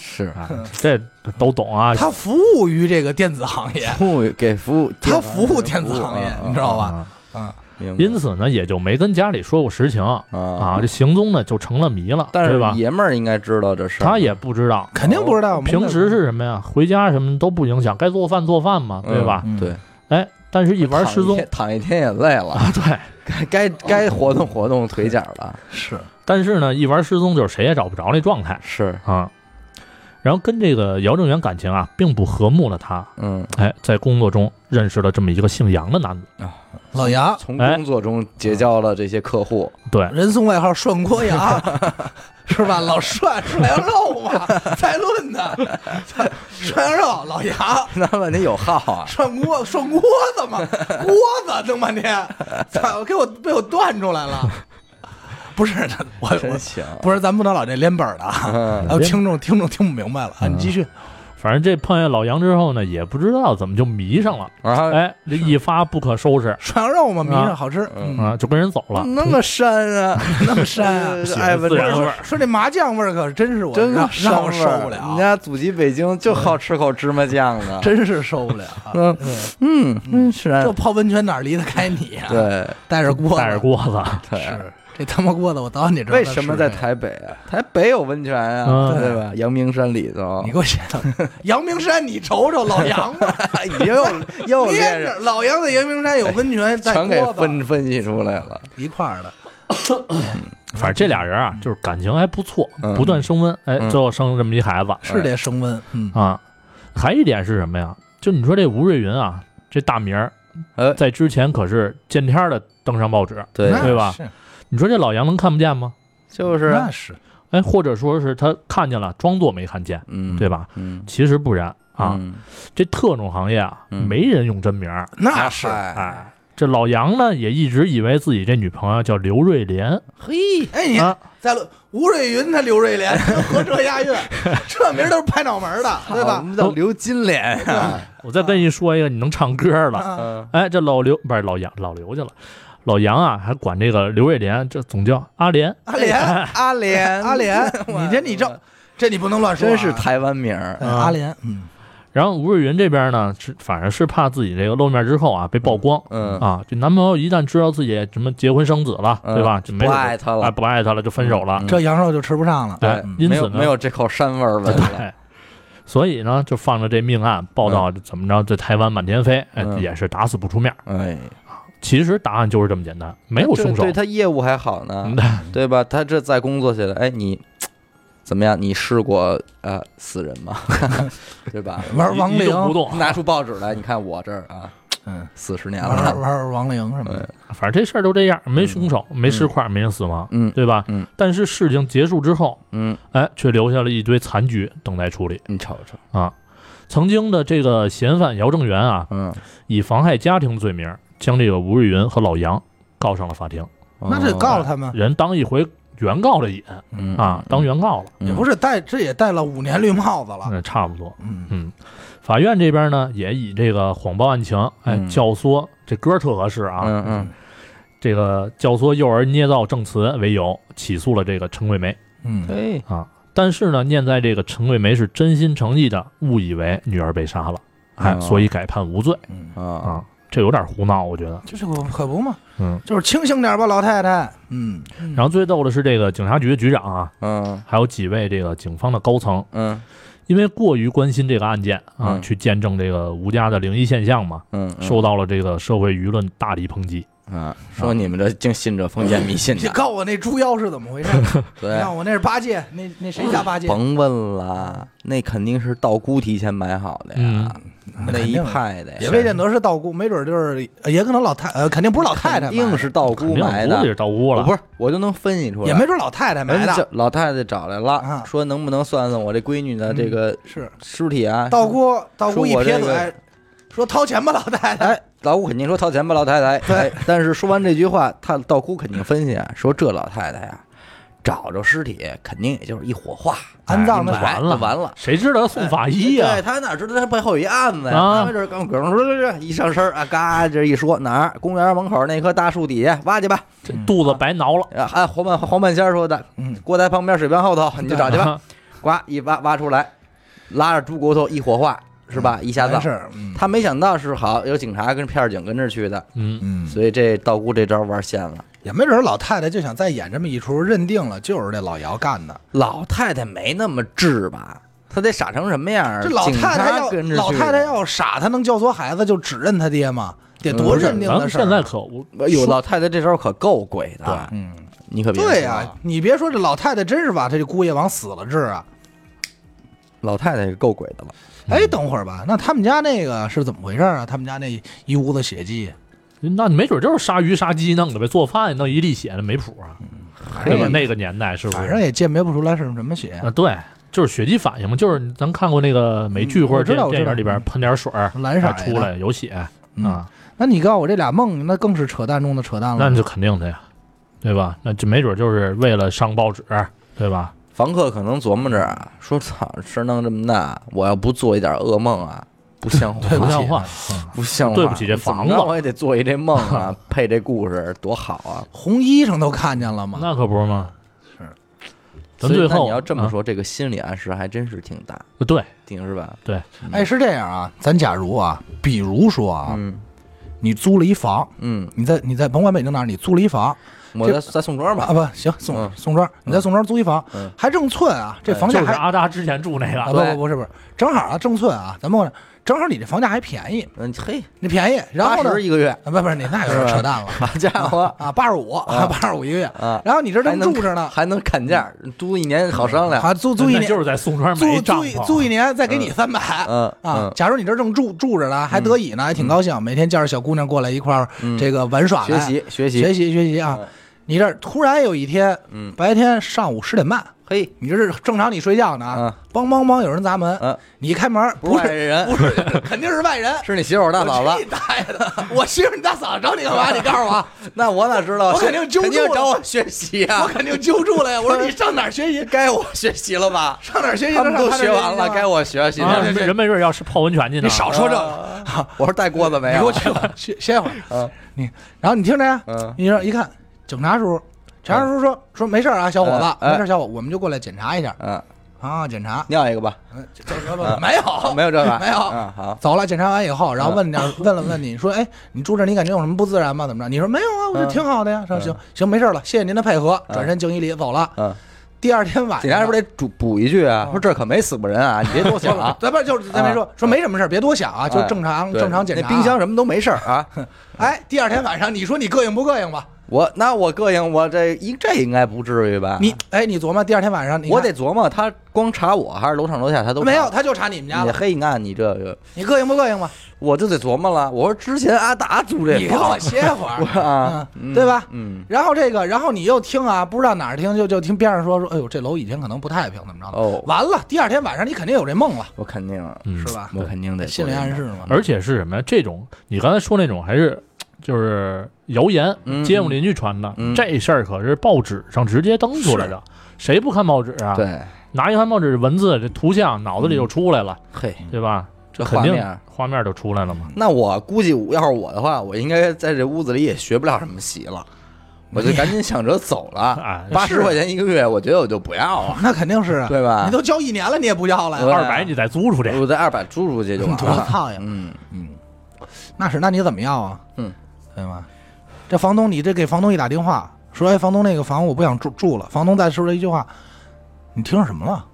Speaker 2: 是
Speaker 1: 啊，这都懂啊。
Speaker 3: 它服务于这个电子行业，
Speaker 2: 服务给服务
Speaker 3: 它服务 电子行业，你知道吧？
Speaker 1: 啊
Speaker 3: 嗯，
Speaker 2: 明白
Speaker 1: 因此呢，也就没跟家里说过实情啊，
Speaker 2: 啊
Speaker 1: 这行踪呢就成了谜了，
Speaker 2: 但
Speaker 1: 对
Speaker 2: 是
Speaker 1: 吧？
Speaker 2: 爷们儿应该知道这事儿，
Speaker 1: 他也不知道，
Speaker 3: 肯定不知道。
Speaker 1: 平时是什么呀？回家什么都不影响，该做饭做饭嘛，对吧？
Speaker 3: 嗯
Speaker 2: 对，
Speaker 1: 哎，但是一玩失踪
Speaker 2: 躺一天躺一天也累了，
Speaker 1: 啊，对。
Speaker 2: 该该该活动活动腿脚了，
Speaker 3: 是
Speaker 1: 但是呢，一玩失踪就是谁也找不着那状态
Speaker 2: 是，
Speaker 1: 啊。然后跟这个姚正元感情啊并不和睦的他，
Speaker 2: 嗯，
Speaker 1: 哎，在工作中认识了这么一个姓杨的男子，
Speaker 3: 老杨，
Speaker 2: 从
Speaker 1: 哎
Speaker 2: 工作中结交了这些客户，
Speaker 1: 对，
Speaker 3: 人送外号“涮锅羊”， 是吧？老涮涮羊肉 嘛，再论 呢，涮羊肉，老杨
Speaker 2: 那问题有号啊，
Speaker 3: 涮锅涮锅子 嘛，锅子弄半天，操，给我被我断出来 了。不是，我
Speaker 2: 真
Speaker 3: 我
Speaker 2: 行，
Speaker 3: 不是，咱不能老这连本儿的啊，
Speaker 2: 嗯
Speaker 3: 还有听众听众听不明白了啊，你继续。
Speaker 1: 反正这碰见老杨之后呢，也不知道怎么就迷上了，
Speaker 2: 然后
Speaker 1: 哎，这一发不可收拾
Speaker 3: 涮羊肉嘛，迷
Speaker 1: 啊
Speaker 3: 上好吃，
Speaker 2: 嗯
Speaker 1: 啊，就跟人走了。
Speaker 2: 那么膻啊，
Speaker 3: 那么膻啊！
Speaker 1: 喜欢
Speaker 2: 爱闻
Speaker 1: 自然
Speaker 2: 着
Speaker 1: 味
Speaker 3: 说
Speaker 1: 儿
Speaker 3: 说这麻酱味儿可真是我
Speaker 2: 真
Speaker 3: 让
Speaker 2: 膻
Speaker 3: 让我
Speaker 2: 味
Speaker 3: 受
Speaker 2: 儿
Speaker 3: 不了
Speaker 2: 人，家祖籍北京就好吃口芝麻酱的，
Speaker 3: 真是受 不了。
Speaker 2: 嗯
Speaker 3: 嗯
Speaker 2: 嗯嗯
Speaker 3: 这
Speaker 2: 膻，
Speaker 3: 泡温泉哪儿离得开你呀、，
Speaker 2: 对
Speaker 3: 带着锅子，
Speaker 1: 带着锅子，
Speaker 2: 对。
Speaker 3: 是这他妈锅子，我早晚得知道。
Speaker 2: 为什么在？
Speaker 3: 哎
Speaker 2: 台北啊？台北有温泉啊，
Speaker 1: 嗯
Speaker 2: 对吧？阳明山里头
Speaker 3: 你，给 我写到阳明山，你瞅瞅老杨吧，
Speaker 2: 又又
Speaker 3: 连
Speaker 2: 连
Speaker 3: 着
Speaker 2: 着，
Speaker 3: 老杨在阳明山有温泉，带
Speaker 2: 全给
Speaker 3: 锅子
Speaker 2: 分嗯分析出来了。
Speaker 3: 一块儿的。
Speaker 1: 反正这俩人啊，就是感情还不错，
Speaker 2: 嗯
Speaker 1: 不断升温，哎，
Speaker 2: 嗯
Speaker 1: 最后生了这么一孩子，
Speaker 3: 是得升温，嗯，
Speaker 1: 啊，还一点是什么呀？就你说这吴瑞云啊，这大名儿
Speaker 2: 哎，
Speaker 1: 在之前可是见天儿的登上报纸。
Speaker 2: 对
Speaker 3: 那
Speaker 1: 对吧
Speaker 3: 是
Speaker 1: 你说这老杨能看不见吗？
Speaker 2: 就是啊
Speaker 3: 那，是
Speaker 1: 哎，或者说是他看见了，装作没看见，
Speaker 2: 嗯，
Speaker 1: 对吧？
Speaker 2: 嗯？
Speaker 1: 其实不然啊，
Speaker 2: 嗯，
Speaker 1: 这特种行业啊，
Speaker 2: 嗯
Speaker 1: 没人用真名儿。
Speaker 3: 那是，
Speaker 2: 哎
Speaker 1: 哎，这老杨呢，也一直以为自己这女朋友叫刘瑞莲
Speaker 3: 嘿，哎你
Speaker 1: 啊，
Speaker 3: 再论吴瑞云他刘瑞莲 和这押韵，这名儿都是拍脑门儿的，
Speaker 2: 啊
Speaker 3: 对
Speaker 2: 我
Speaker 3: 吧？
Speaker 2: 们叫刘金莲呀。
Speaker 1: 我再跟你说一个，你能唱歌了。
Speaker 3: 啊，
Speaker 2: 嗯，
Speaker 1: 哎，这老刘不是老杨，老刘去了。老杨啊，还管这个刘瑞莲，这总叫阿莲。
Speaker 3: 阿莲，
Speaker 2: 阿莲，
Speaker 3: 阿莲，你这你这这你不能乱说啊，
Speaker 2: 真是台湾名儿
Speaker 3: 哎。阿莲，嗯，
Speaker 1: 然后吴瑞云这边呢，是反正是怕自己这个露面之后啊被曝光，
Speaker 2: 嗯
Speaker 1: 啊，这男朋友一旦知道自己什么结婚生子了，
Speaker 2: 嗯
Speaker 1: 对吧？就没准
Speaker 2: 不爱他了
Speaker 1: 哎不爱他了就分手了。
Speaker 2: 嗯
Speaker 3: 这羊肉就吃不上了。
Speaker 1: 哎
Speaker 2: 对，
Speaker 1: 因
Speaker 2: 没
Speaker 1: 此
Speaker 2: 有
Speaker 1: 呢
Speaker 2: 没有这口膻味儿闻了。
Speaker 1: 哎，所以呢，就放着这命案报道怎么着，这台湾满天飞，哎
Speaker 2: 嗯
Speaker 1: 也是打死不出面。
Speaker 2: 哎，
Speaker 1: 其实答案就是这么简单，没有
Speaker 2: 这
Speaker 1: 凶手
Speaker 2: 对。他业务还好呢，对吧？他这再工作起来，哎，你怎么样？你试过呃死人吗？对吧？
Speaker 3: 玩王
Speaker 1: 一动不
Speaker 3: 灵，
Speaker 1: 动，
Speaker 2: 拿出报纸来，你看我这儿啊，
Speaker 3: 嗯，
Speaker 2: 四十年
Speaker 3: 玩
Speaker 2: 了，
Speaker 3: 玩亡灵什么的，
Speaker 1: 反正这事儿就这样，没凶手，没尸块，没人死亡，
Speaker 2: 嗯
Speaker 1: 对吧？
Speaker 2: 嗯。
Speaker 1: 但是事情结束之后，
Speaker 2: 嗯，
Speaker 1: 哎，却留下了一堆残局等待处理
Speaker 2: 你瞅瞅，
Speaker 1: 啊。曾经的这个嫌犯姚正元啊，
Speaker 2: 嗯，
Speaker 1: 以妨害家庭罪名，将这个吴瑞云和老杨告上了法庭。
Speaker 3: 那
Speaker 1: 哦
Speaker 3: 这告了他们
Speaker 1: 人当一回原告了瘾
Speaker 2: 哦嗯
Speaker 1: 啊，当原告了，
Speaker 3: 也不是戴，这也戴了五年绿帽子了。
Speaker 1: 嗯，差不多。
Speaker 3: 嗯，
Speaker 1: 嗯，法院这边呢，也以这个谎报案情，哎，
Speaker 2: 嗯
Speaker 1: 教唆这歌特合适啊，
Speaker 2: 嗯嗯
Speaker 1: 这个教唆幼儿捏造证词为由，起诉了这个陈桂梅。
Speaker 3: 嗯，
Speaker 2: 嘿，
Speaker 1: 啊。但是呢，念在这个陈桂梅是真心诚意的，误以为女儿被杀了，哎，
Speaker 2: 哦
Speaker 1: 所以改判无罪
Speaker 2: 啊，
Speaker 1: 啊。这有点胡闹，我觉得。
Speaker 3: 就嗯这可可不嘛，
Speaker 1: 嗯，
Speaker 3: 就是清醒点吧，老太太。嗯，
Speaker 1: 然后最逗的是，这个警察局的局长啊，
Speaker 2: 嗯
Speaker 1: 还有几位这个警方的高层，
Speaker 2: 嗯
Speaker 1: 因为过于关心这个案件啊，
Speaker 2: 嗯
Speaker 1: 去见证这个吴家的灵异现象嘛，
Speaker 2: 嗯，
Speaker 1: 受到了这个社会舆论大力抨击。
Speaker 2: 啊，说你们这净信这封建迷信
Speaker 3: 你
Speaker 2: 的，
Speaker 3: 告我那猪腰是怎么 回事？你
Speaker 2: 对，
Speaker 3: 看我那是八戒，那那谁家八戒？
Speaker 2: 甭问了，那肯定是道姑提前买好的呀，那一派的呀，
Speaker 3: 也未见得是道姑，没准就是也可能老太呃，肯定不是老太太买的，
Speaker 2: 啊肯定是道
Speaker 1: 肯
Speaker 2: 姑
Speaker 1: 定
Speaker 2: 买
Speaker 1: 屋子也
Speaker 2: 的，
Speaker 1: 是到屋
Speaker 2: 我
Speaker 1: 了，
Speaker 2: 不是，我就能分析出来，
Speaker 3: 也没准老太太买
Speaker 2: 人家
Speaker 3: 的，
Speaker 2: 老太太找来了
Speaker 3: 啊，
Speaker 2: 说能不能算算我这闺女的这个
Speaker 3: 是
Speaker 2: 尸体啊？
Speaker 3: 道姑道姑一
Speaker 2: 说我
Speaker 3: 撇
Speaker 2: 这个
Speaker 3: 嘴，说掏钱吧，老 太太。
Speaker 2: 哎，老姑肯定说掏钱吧，老太太。哎，但是说完这句话，他道姑肯定分析啊，说这老太太呀、找着尸体肯定也就是一火化，
Speaker 3: 安葬的
Speaker 2: 哎
Speaker 1: 完了
Speaker 2: 就完了。哎
Speaker 1: 谁知道送法医哎呀
Speaker 2: 对？他哪知道他背后有一案子呀？
Speaker 1: 啊
Speaker 2: 他没准刚刚说一上身啊，嘎这一说哪儿公园门口那棵大树底下挖去吧。
Speaker 1: 这肚子白挠了，
Speaker 2: 啊，按黄半黄半仙儿说的，
Speaker 3: 嗯
Speaker 2: 锅台旁边水边后头，你就找去吧。
Speaker 1: 啊
Speaker 2: 呱一挖挖出来，拉着猪骨头一火化，是吧？一下
Speaker 3: 完事
Speaker 2: 葬。
Speaker 3: 儿，嗯
Speaker 2: 他没想到是好有警察跟片儿警跟着去的，
Speaker 1: 嗯，
Speaker 3: 嗯，
Speaker 2: 所以这道姑这招玩线了。
Speaker 3: 也没准老太太就想再演这么一出，认定了就是这老姚干的。
Speaker 2: 老太太没那么智吧？她得傻成什么样儿？
Speaker 3: 这老
Speaker 2: 警
Speaker 3: 太太
Speaker 2: 察
Speaker 3: 要
Speaker 2: 跟着
Speaker 3: 老
Speaker 2: 去
Speaker 3: 太太要傻，她能教唆孩子就只认她爹吗？得多
Speaker 2: 不是
Speaker 3: 认定
Speaker 1: 咱
Speaker 3: 的
Speaker 1: 们
Speaker 3: 事儿啊。
Speaker 1: 现在可我
Speaker 2: 哎呦，老太太这招可够鬼的啊，
Speaker 3: 嗯，
Speaker 2: 你可别啊
Speaker 3: 对
Speaker 2: 呀、
Speaker 3: 呀、你别说这老太太真是把这姑爷往死了治啊！
Speaker 2: 老太太是够鬼的了。
Speaker 3: 哎，等会儿吧，那他们家那个是怎么回事啊？他们家那一屋子血迹，
Speaker 1: 那你没准就是杀鱼杀鸡弄的呗，做饭弄一粒血那没谱啊。
Speaker 2: 嗯
Speaker 1: 那
Speaker 2: 哎
Speaker 1: 个那个年代是不
Speaker 3: 反正
Speaker 1: 是？
Speaker 3: 也鉴别不出来是什么血，
Speaker 1: 啊，对，就是血迹反应嘛，就是咱看过那个美剧
Speaker 3: 嗯
Speaker 1: 或者
Speaker 3: 我知
Speaker 1: 电
Speaker 3: 道我
Speaker 1: 电
Speaker 3: 知道
Speaker 1: 影里边喷点水儿，
Speaker 3: 蓝色
Speaker 1: 哎出来有血
Speaker 3: 啊
Speaker 1: 啊，。
Speaker 3: 那你告诉我这俩梦，那更是扯淡中的扯淡了。
Speaker 1: 那就肯定的呀，对吧？那就没准就是为了上报纸，对吧？
Speaker 2: 房客可能琢磨着啊，说操， 事儿弄这么大，我要不做一点噩梦啊，不像 话，
Speaker 1: 对不像
Speaker 3: 啊
Speaker 1: 话，
Speaker 3: 嗯
Speaker 2: 不像话，
Speaker 1: 对不起这房子
Speaker 2: 怎么着我也得做一这梦 啊，配这故事多好啊！
Speaker 3: 红衣裳都看见了吗？
Speaker 1: 那可不是吗？
Speaker 3: 是，
Speaker 1: 咱
Speaker 2: 所以
Speaker 1: 最
Speaker 2: 那
Speaker 1: 后
Speaker 2: 你要这么
Speaker 1: 啊
Speaker 2: 说，这个心理暗示还真是挺大，
Speaker 1: 对，
Speaker 2: 挺是吧？
Speaker 3: 哎，是这样啊，咱假如啊，比如说啊，
Speaker 2: 嗯
Speaker 3: 你租了一房，
Speaker 2: 嗯，
Speaker 3: 你在你在甭管北京哪儿，你租了一房
Speaker 2: 我在在宋庄
Speaker 3: 啊，
Speaker 2: 吧，
Speaker 3: 不行，宋
Speaker 2: 嗯
Speaker 3: 宋庄，你在宋庄租一房
Speaker 2: 嗯，
Speaker 3: 还正寸啊，这房
Speaker 1: 哎就
Speaker 3: 价
Speaker 1: 是
Speaker 3: 还
Speaker 1: 阿扎之前住那
Speaker 3: 啊
Speaker 1: 个，
Speaker 3: 不
Speaker 2: 对
Speaker 3: 不不是不是，正好啊正寸啊，咱们正好你这房价还便宜，
Speaker 2: 嗯，嘿，
Speaker 3: 你便宜，然后呢
Speaker 2: 80？一个月，
Speaker 3: 啊不不是你那有点扯淡了，
Speaker 2: 好家伙
Speaker 3: 啊八十五啊八十五一个月
Speaker 2: 啊，
Speaker 3: 然后你这
Speaker 2: 还
Speaker 3: 正
Speaker 2: 能
Speaker 3: 住着呢，嗯
Speaker 2: 还能砍价，租一年好商量。
Speaker 3: 啊租租一
Speaker 1: 那
Speaker 3: 年
Speaker 1: 就是在宋庄
Speaker 3: 租
Speaker 1: 买帐
Speaker 3: 租一
Speaker 1: 篷，
Speaker 3: 租一年再给你三百，
Speaker 2: 嗯
Speaker 3: 啊
Speaker 2: 嗯，
Speaker 3: 假如你这正住住着呢，还得以呢，还挺高兴，每天叫着小姑娘过来一块儿
Speaker 2: 嗯
Speaker 3: 这个玩耍
Speaker 2: 学
Speaker 3: 来
Speaker 2: 习学习
Speaker 3: 学习学习啊
Speaker 2: 嗯！
Speaker 3: 你这突然有一天，
Speaker 2: 嗯
Speaker 3: 白天上午十点半，
Speaker 2: 嘿，
Speaker 3: 你这是正常你睡觉呢啊，梆梆梆有人砸门，
Speaker 2: 嗯，
Speaker 3: 你一开门
Speaker 2: 不
Speaker 3: 不
Speaker 2: 是外
Speaker 3: 是
Speaker 2: 人，
Speaker 3: 不是，肯定是外人。
Speaker 2: 是你媳妇儿大嫂
Speaker 3: 我去
Speaker 2: 子
Speaker 3: 你。大爷的！我媳妇儿你大嫂子找你干嘛？你告诉我，
Speaker 2: 那我哪知道？
Speaker 3: 啊我肯定揪住
Speaker 2: 肯定
Speaker 3: 了
Speaker 2: 找我学习
Speaker 3: 我
Speaker 2: 啊！
Speaker 3: 肯定揪住了呀！我说你上哪儿学习？
Speaker 2: 该我学习了吧？
Speaker 3: 上哪儿学习？
Speaker 2: 他们都
Speaker 3: 上哪儿
Speaker 2: 学完了，
Speaker 3: 习
Speaker 2: 该我学习
Speaker 1: 啊，
Speaker 2: 了。
Speaker 1: 人没准要是泡温泉去呢。
Speaker 3: 你少说这个。
Speaker 2: 啊我说带锅子没
Speaker 3: 你给
Speaker 2: 有
Speaker 3: 我？去会儿， 歇歇会儿。
Speaker 2: 嗯
Speaker 3: 你，然后你听着呀，
Speaker 2: 嗯
Speaker 3: 你说一看，警察叔叔，警察叔叔说说没事儿啊，小伙子，
Speaker 2: 嗯
Speaker 3: 没事儿，小伙，我们就过来检查一下
Speaker 2: 嗯，
Speaker 3: 啊，检查，
Speaker 2: 尿一个吧。
Speaker 3: 嗯这这这这没有
Speaker 2: 啊没有这个，
Speaker 3: 没有。
Speaker 2: 嗯，好。嗯
Speaker 3: 走了，检查完以后，然后问点儿问了问你说，哎，你住这儿你感觉有什么不自然吗？怎么着？你说没有啊，我
Speaker 2: 嗯
Speaker 3: 觉得挺好的呀。说行行，没事儿了，谢谢您的配合。转身敬一礼走了。
Speaker 2: 嗯，
Speaker 3: 第二天晚上，。
Speaker 2: 警察是不是得补补一句啊？说这可没死过人啊，你别多想啊
Speaker 3: 咱们就是咱们说说没什么事儿，别多想啊，就
Speaker 2: 哎
Speaker 3: 正常
Speaker 2: 对
Speaker 3: 正常检查。
Speaker 2: 那冰箱什么都没事儿啊。
Speaker 3: 哎，第二天晚上，你说你膈应不膈应吧？
Speaker 2: 我那我膈应，我这应这应该不至于吧？
Speaker 3: 你哎，你琢磨第二天晚上，你
Speaker 2: 啊
Speaker 3: 看
Speaker 2: 我得琢磨，他光查我还是楼上楼下他都
Speaker 3: 没有，
Speaker 2: 查
Speaker 3: 他就查你们家
Speaker 2: 你
Speaker 3: 了，
Speaker 2: 嘿，那你这个
Speaker 3: 你膈应不膈应吧？
Speaker 2: 我就得琢磨了。我说之前阿达租这
Speaker 3: 你给
Speaker 2: 房
Speaker 3: 我，歇会儿
Speaker 2: 啊
Speaker 3: 嗯对吧？
Speaker 2: 嗯，
Speaker 3: 然后这个，然后你又听啊，不知道哪儿听，就就听边上说说，哎呦，这楼以前可能不太平，怎么着的？
Speaker 2: 哦
Speaker 3: 完了，第二天晚上你肯定有这梦了，
Speaker 2: 我肯定，
Speaker 1: 嗯
Speaker 3: 是吧？
Speaker 2: 我肯定得
Speaker 3: 心理暗示嘛。
Speaker 1: 而且是什么呀？这种你刚才说那种还是就是谣言，
Speaker 2: 嗯
Speaker 1: 街坊邻居传的。
Speaker 2: 嗯
Speaker 1: 这事儿可是报纸上直接登出来的，谁不看报纸啊？，
Speaker 2: 对，
Speaker 1: 拿一看报纸文字，这图像脑子里就出来了，
Speaker 2: 嘿，
Speaker 1: 对吧？
Speaker 2: 这
Speaker 1: 肯
Speaker 2: 画
Speaker 1: 定
Speaker 2: 面。
Speaker 1: 画面就出来了嘛。
Speaker 2: 那我估计我要是我的话，我应该在这屋子里也学不了什么习了，我就赶紧想着走 了
Speaker 1: 哎。
Speaker 2: 八十块钱一个月，我觉得我就不要了，
Speaker 3: 那肯定啊是啊，
Speaker 2: 对吧
Speaker 3: 你都交一年了，你也不要了
Speaker 2: 对
Speaker 3: 呀？
Speaker 2: 啊
Speaker 1: 二百你再租出去，
Speaker 2: 我在二百租出去就
Speaker 3: 多
Speaker 2: 完了。
Speaker 3: 操呀！
Speaker 2: 嗯，
Speaker 3: 那是，那你怎么要啊？
Speaker 2: 嗯，
Speaker 3: 对吗？这房东，你这给房东一打电话，说哎，房东那个房我不想住住了。房东再说了一句话，你听什么了？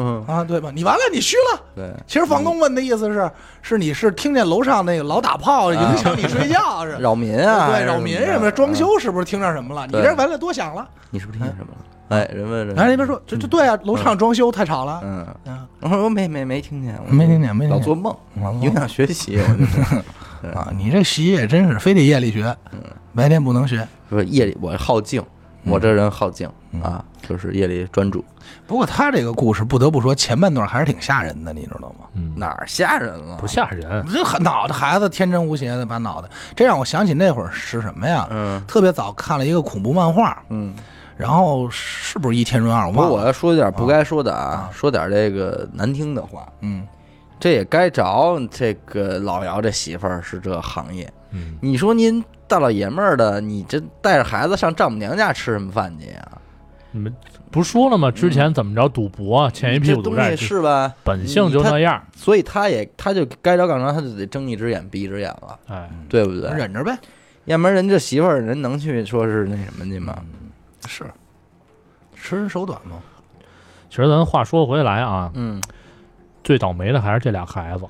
Speaker 2: 嗯，
Speaker 3: 啊，对吧？你完了，你虚了。
Speaker 2: 对，
Speaker 3: 其实房东问的意思是，是你是听见楼上那个老打炮影响你睡觉是？
Speaker 2: 扰民啊，
Speaker 3: 对，扰民
Speaker 2: 还是
Speaker 3: 什么嗯
Speaker 2: 的
Speaker 3: 的，装，修是不是听着什么了？你
Speaker 2: 对
Speaker 3: 这完了多想
Speaker 2: 嗯
Speaker 3: 了。
Speaker 2: 啊你是不是听见什么了？哎，人问人，
Speaker 3: 然后那边说，这这对啊，楼上装修太吵了。
Speaker 2: 嗯，
Speaker 3: 嗯，
Speaker 2: 我说没没没听见，我
Speaker 3: 没听见没听见哦
Speaker 2: 老做梦，
Speaker 3: 嗯
Speaker 2: 影响学习，我 就
Speaker 3: 啊，你这习也真是非得夜里学，白天不能学。
Speaker 2: 说夜里我好静，我
Speaker 3: 嗯
Speaker 2: 这人好静啊，就是夜里专注，
Speaker 3: 不过他这个故事不得不说，前半段还是挺吓人的，你知道吗？
Speaker 1: 嗯，
Speaker 2: 哪儿吓人了
Speaker 1: 不？吓人。
Speaker 3: 这很脑袋孩子天真无邪的把脑袋，这让我想起那会儿是什么呀？
Speaker 2: 嗯
Speaker 3: 特别早看了一个恐怖漫画，
Speaker 2: 嗯，
Speaker 3: 然后是不是《倚天润二》？我
Speaker 2: 不过
Speaker 3: 忘
Speaker 2: 我
Speaker 3: 了。
Speaker 2: 要说点不该说的啊，说点这个难听的话，
Speaker 3: 嗯，
Speaker 2: 这也该着这个老姚这媳妇儿是这行业，
Speaker 1: 嗯，
Speaker 2: 你说您大老爷们儿的，你这带着孩子上丈母娘家吃什么饭去啊呀？
Speaker 1: 你们不说了吗？之前怎么着赌博，欠一屁股赌
Speaker 2: 嗯这东
Speaker 1: 债
Speaker 2: 西，是吧？
Speaker 1: 本性就
Speaker 2: 你
Speaker 1: 那样。
Speaker 2: 所以他也他就该着杠着，他就得睁一只眼闭一只眼了，
Speaker 1: 哎，
Speaker 2: 对不对？
Speaker 3: 忍着呗。
Speaker 2: 要不然人这媳妇儿人能去说是那什么去吗？
Speaker 3: 是，识人手短嘛。
Speaker 1: 其实咱话说回来啊，
Speaker 2: 嗯，
Speaker 1: 最倒霉的还是这俩孩子，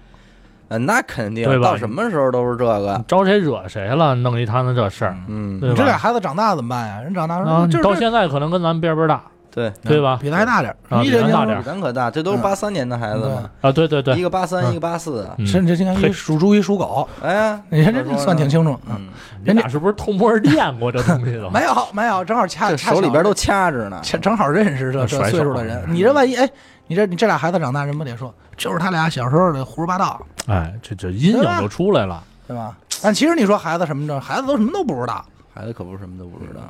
Speaker 2: 呃那肯定
Speaker 1: 对吧
Speaker 2: 到什么时候都是这个
Speaker 1: 你。招谁惹谁了，弄一摊子这事儿，
Speaker 2: 啊嗯，
Speaker 1: 对
Speaker 3: 你这俩
Speaker 1: 吧？
Speaker 3: 孩子长大怎么办呀？人长大
Speaker 1: 啊，
Speaker 3: 说，
Speaker 1: 你
Speaker 3: 就是
Speaker 1: 到现在可能跟咱们边边大
Speaker 2: 对，
Speaker 1: 对吧
Speaker 3: 比他还大点
Speaker 1: 啊
Speaker 3: 儿，一人
Speaker 1: 比咱大点
Speaker 2: 比咱可大，这都是
Speaker 3: 嗯
Speaker 2: 八三年的孩子嘛，
Speaker 1: 啊，对对
Speaker 2: 一
Speaker 1: 对，
Speaker 2: 个八三，
Speaker 3: 嗯
Speaker 2: 一个八四。啊
Speaker 1: 嗯
Speaker 3: 甚至应该
Speaker 1: 嘿
Speaker 3: 一属猪一 属狗，
Speaker 2: 哎呀，
Speaker 3: 你看这
Speaker 2: 说呢
Speaker 3: 算挺清楚。嗯，
Speaker 2: 嗯，
Speaker 1: 你俩是不是偷摸练过这东 西的？
Speaker 3: 没有没有，正好掐
Speaker 2: 啊这
Speaker 3: 掐
Speaker 2: 手里
Speaker 3: 巧
Speaker 2: 边
Speaker 3: 了
Speaker 2: 都掐着呢。
Speaker 3: 正正好认识这这
Speaker 1: 甩手
Speaker 3: 岁数的人，你这万一哎，你这你这俩孩子长大，人不得说就是他俩小时候的胡说八道，
Speaker 1: 哎，这这阴影就出来了。
Speaker 3: 对吧？但其实你说孩子什么的，孩子都什么都不知道，
Speaker 2: 孩子可不是什么都不知道，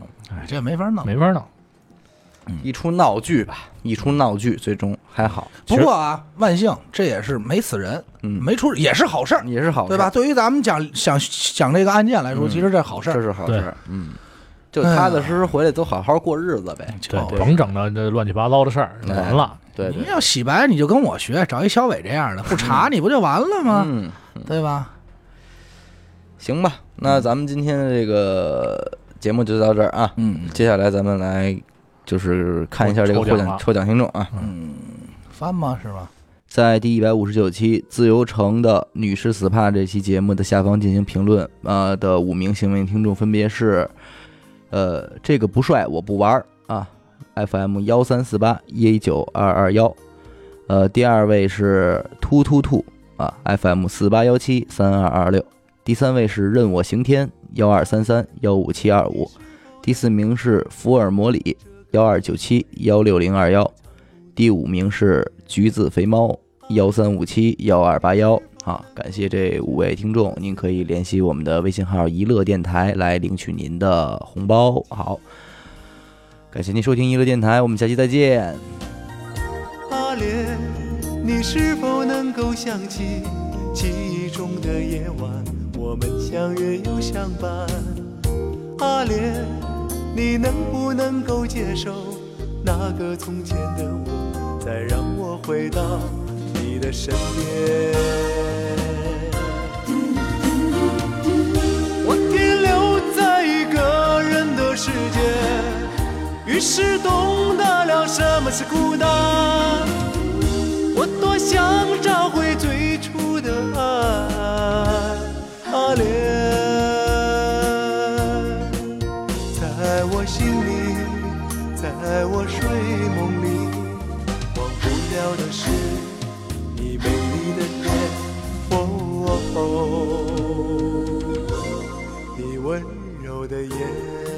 Speaker 3: 这也没法弄。
Speaker 1: 没法弄，
Speaker 2: 嗯一出闹剧吧，一出闹剧，最终还好，
Speaker 3: 不过啊，万幸这也是没死人，
Speaker 2: 嗯
Speaker 3: 没出也是好事儿，
Speaker 2: 也是好事，
Speaker 3: 对吧？？对于咱们讲想想这个案件来说，其实这好事
Speaker 2: 这
Speaker 3: 儿，
Speaker 2: 是好
Speaker 1: 对
Speaker 2: 事，嗯，就踏踏实实回来，都好好过日子呗。
Speaker 1: 哦对
Speaker 3: 就，
Speaker 1: 甭整那这乱七八糟的事儿，完了。
Speaker 2: 对
Speaker 3: 你
Speaker 2: 对，
Speaker 3: 要洗白，你就跟我学，找一小伟这样的，不查你不就完了吗？
Speaker 2: 嗯，
Speaker 3: 对吧？
Speaker 2: 行吧，那咱们今天的这个节目就到这儿啊。
Speaker 3: 嗯
Speaker 2: 接下来咱们来就是看一下这个
Speaker 1: 抽
Speaker 2: 获
Speaker 1: 奖
Speaker 2: 奖
Speaker 1: 了
Speaker 2: 抽奖听众啊，
Speaker 3: 翻吗？是吧？
Speaker 2: 在第一百五十九期《自由城的女士死怕》这期节目的下方进行评论，呃的五名幸运听众分别是，呃，这个不帅我不玩儿啊，FM 幺三四八一九二二幺，呃，第二位是突突兔啊，FM 四八幺七三二二六，第三位是任我行天幺二三三幺五七二五，第四名是福尔摩里幺二九七幺六零二幺。第五名是橘子肥猫幺三五七幺二八幺啊，感谢这五位听众，您可以联系我们的微信号“一乐电台”来领取您的红包。好，感谢您收听一乐电台，我们下期再见。
Speaker 4: 阿莲，你是否能够想起记忆中的夜晚，我们相约又相伴？阿莲，你能不能够接受那个从前的我，再让我回到你的身边？我停留在一个人的世界，于是懂得了什么是孤单。我多想找回最初的爱，阿莲。心里，在我睡梦里，忘不了的是你美丽的脸，哦哦哦你温柔的眼。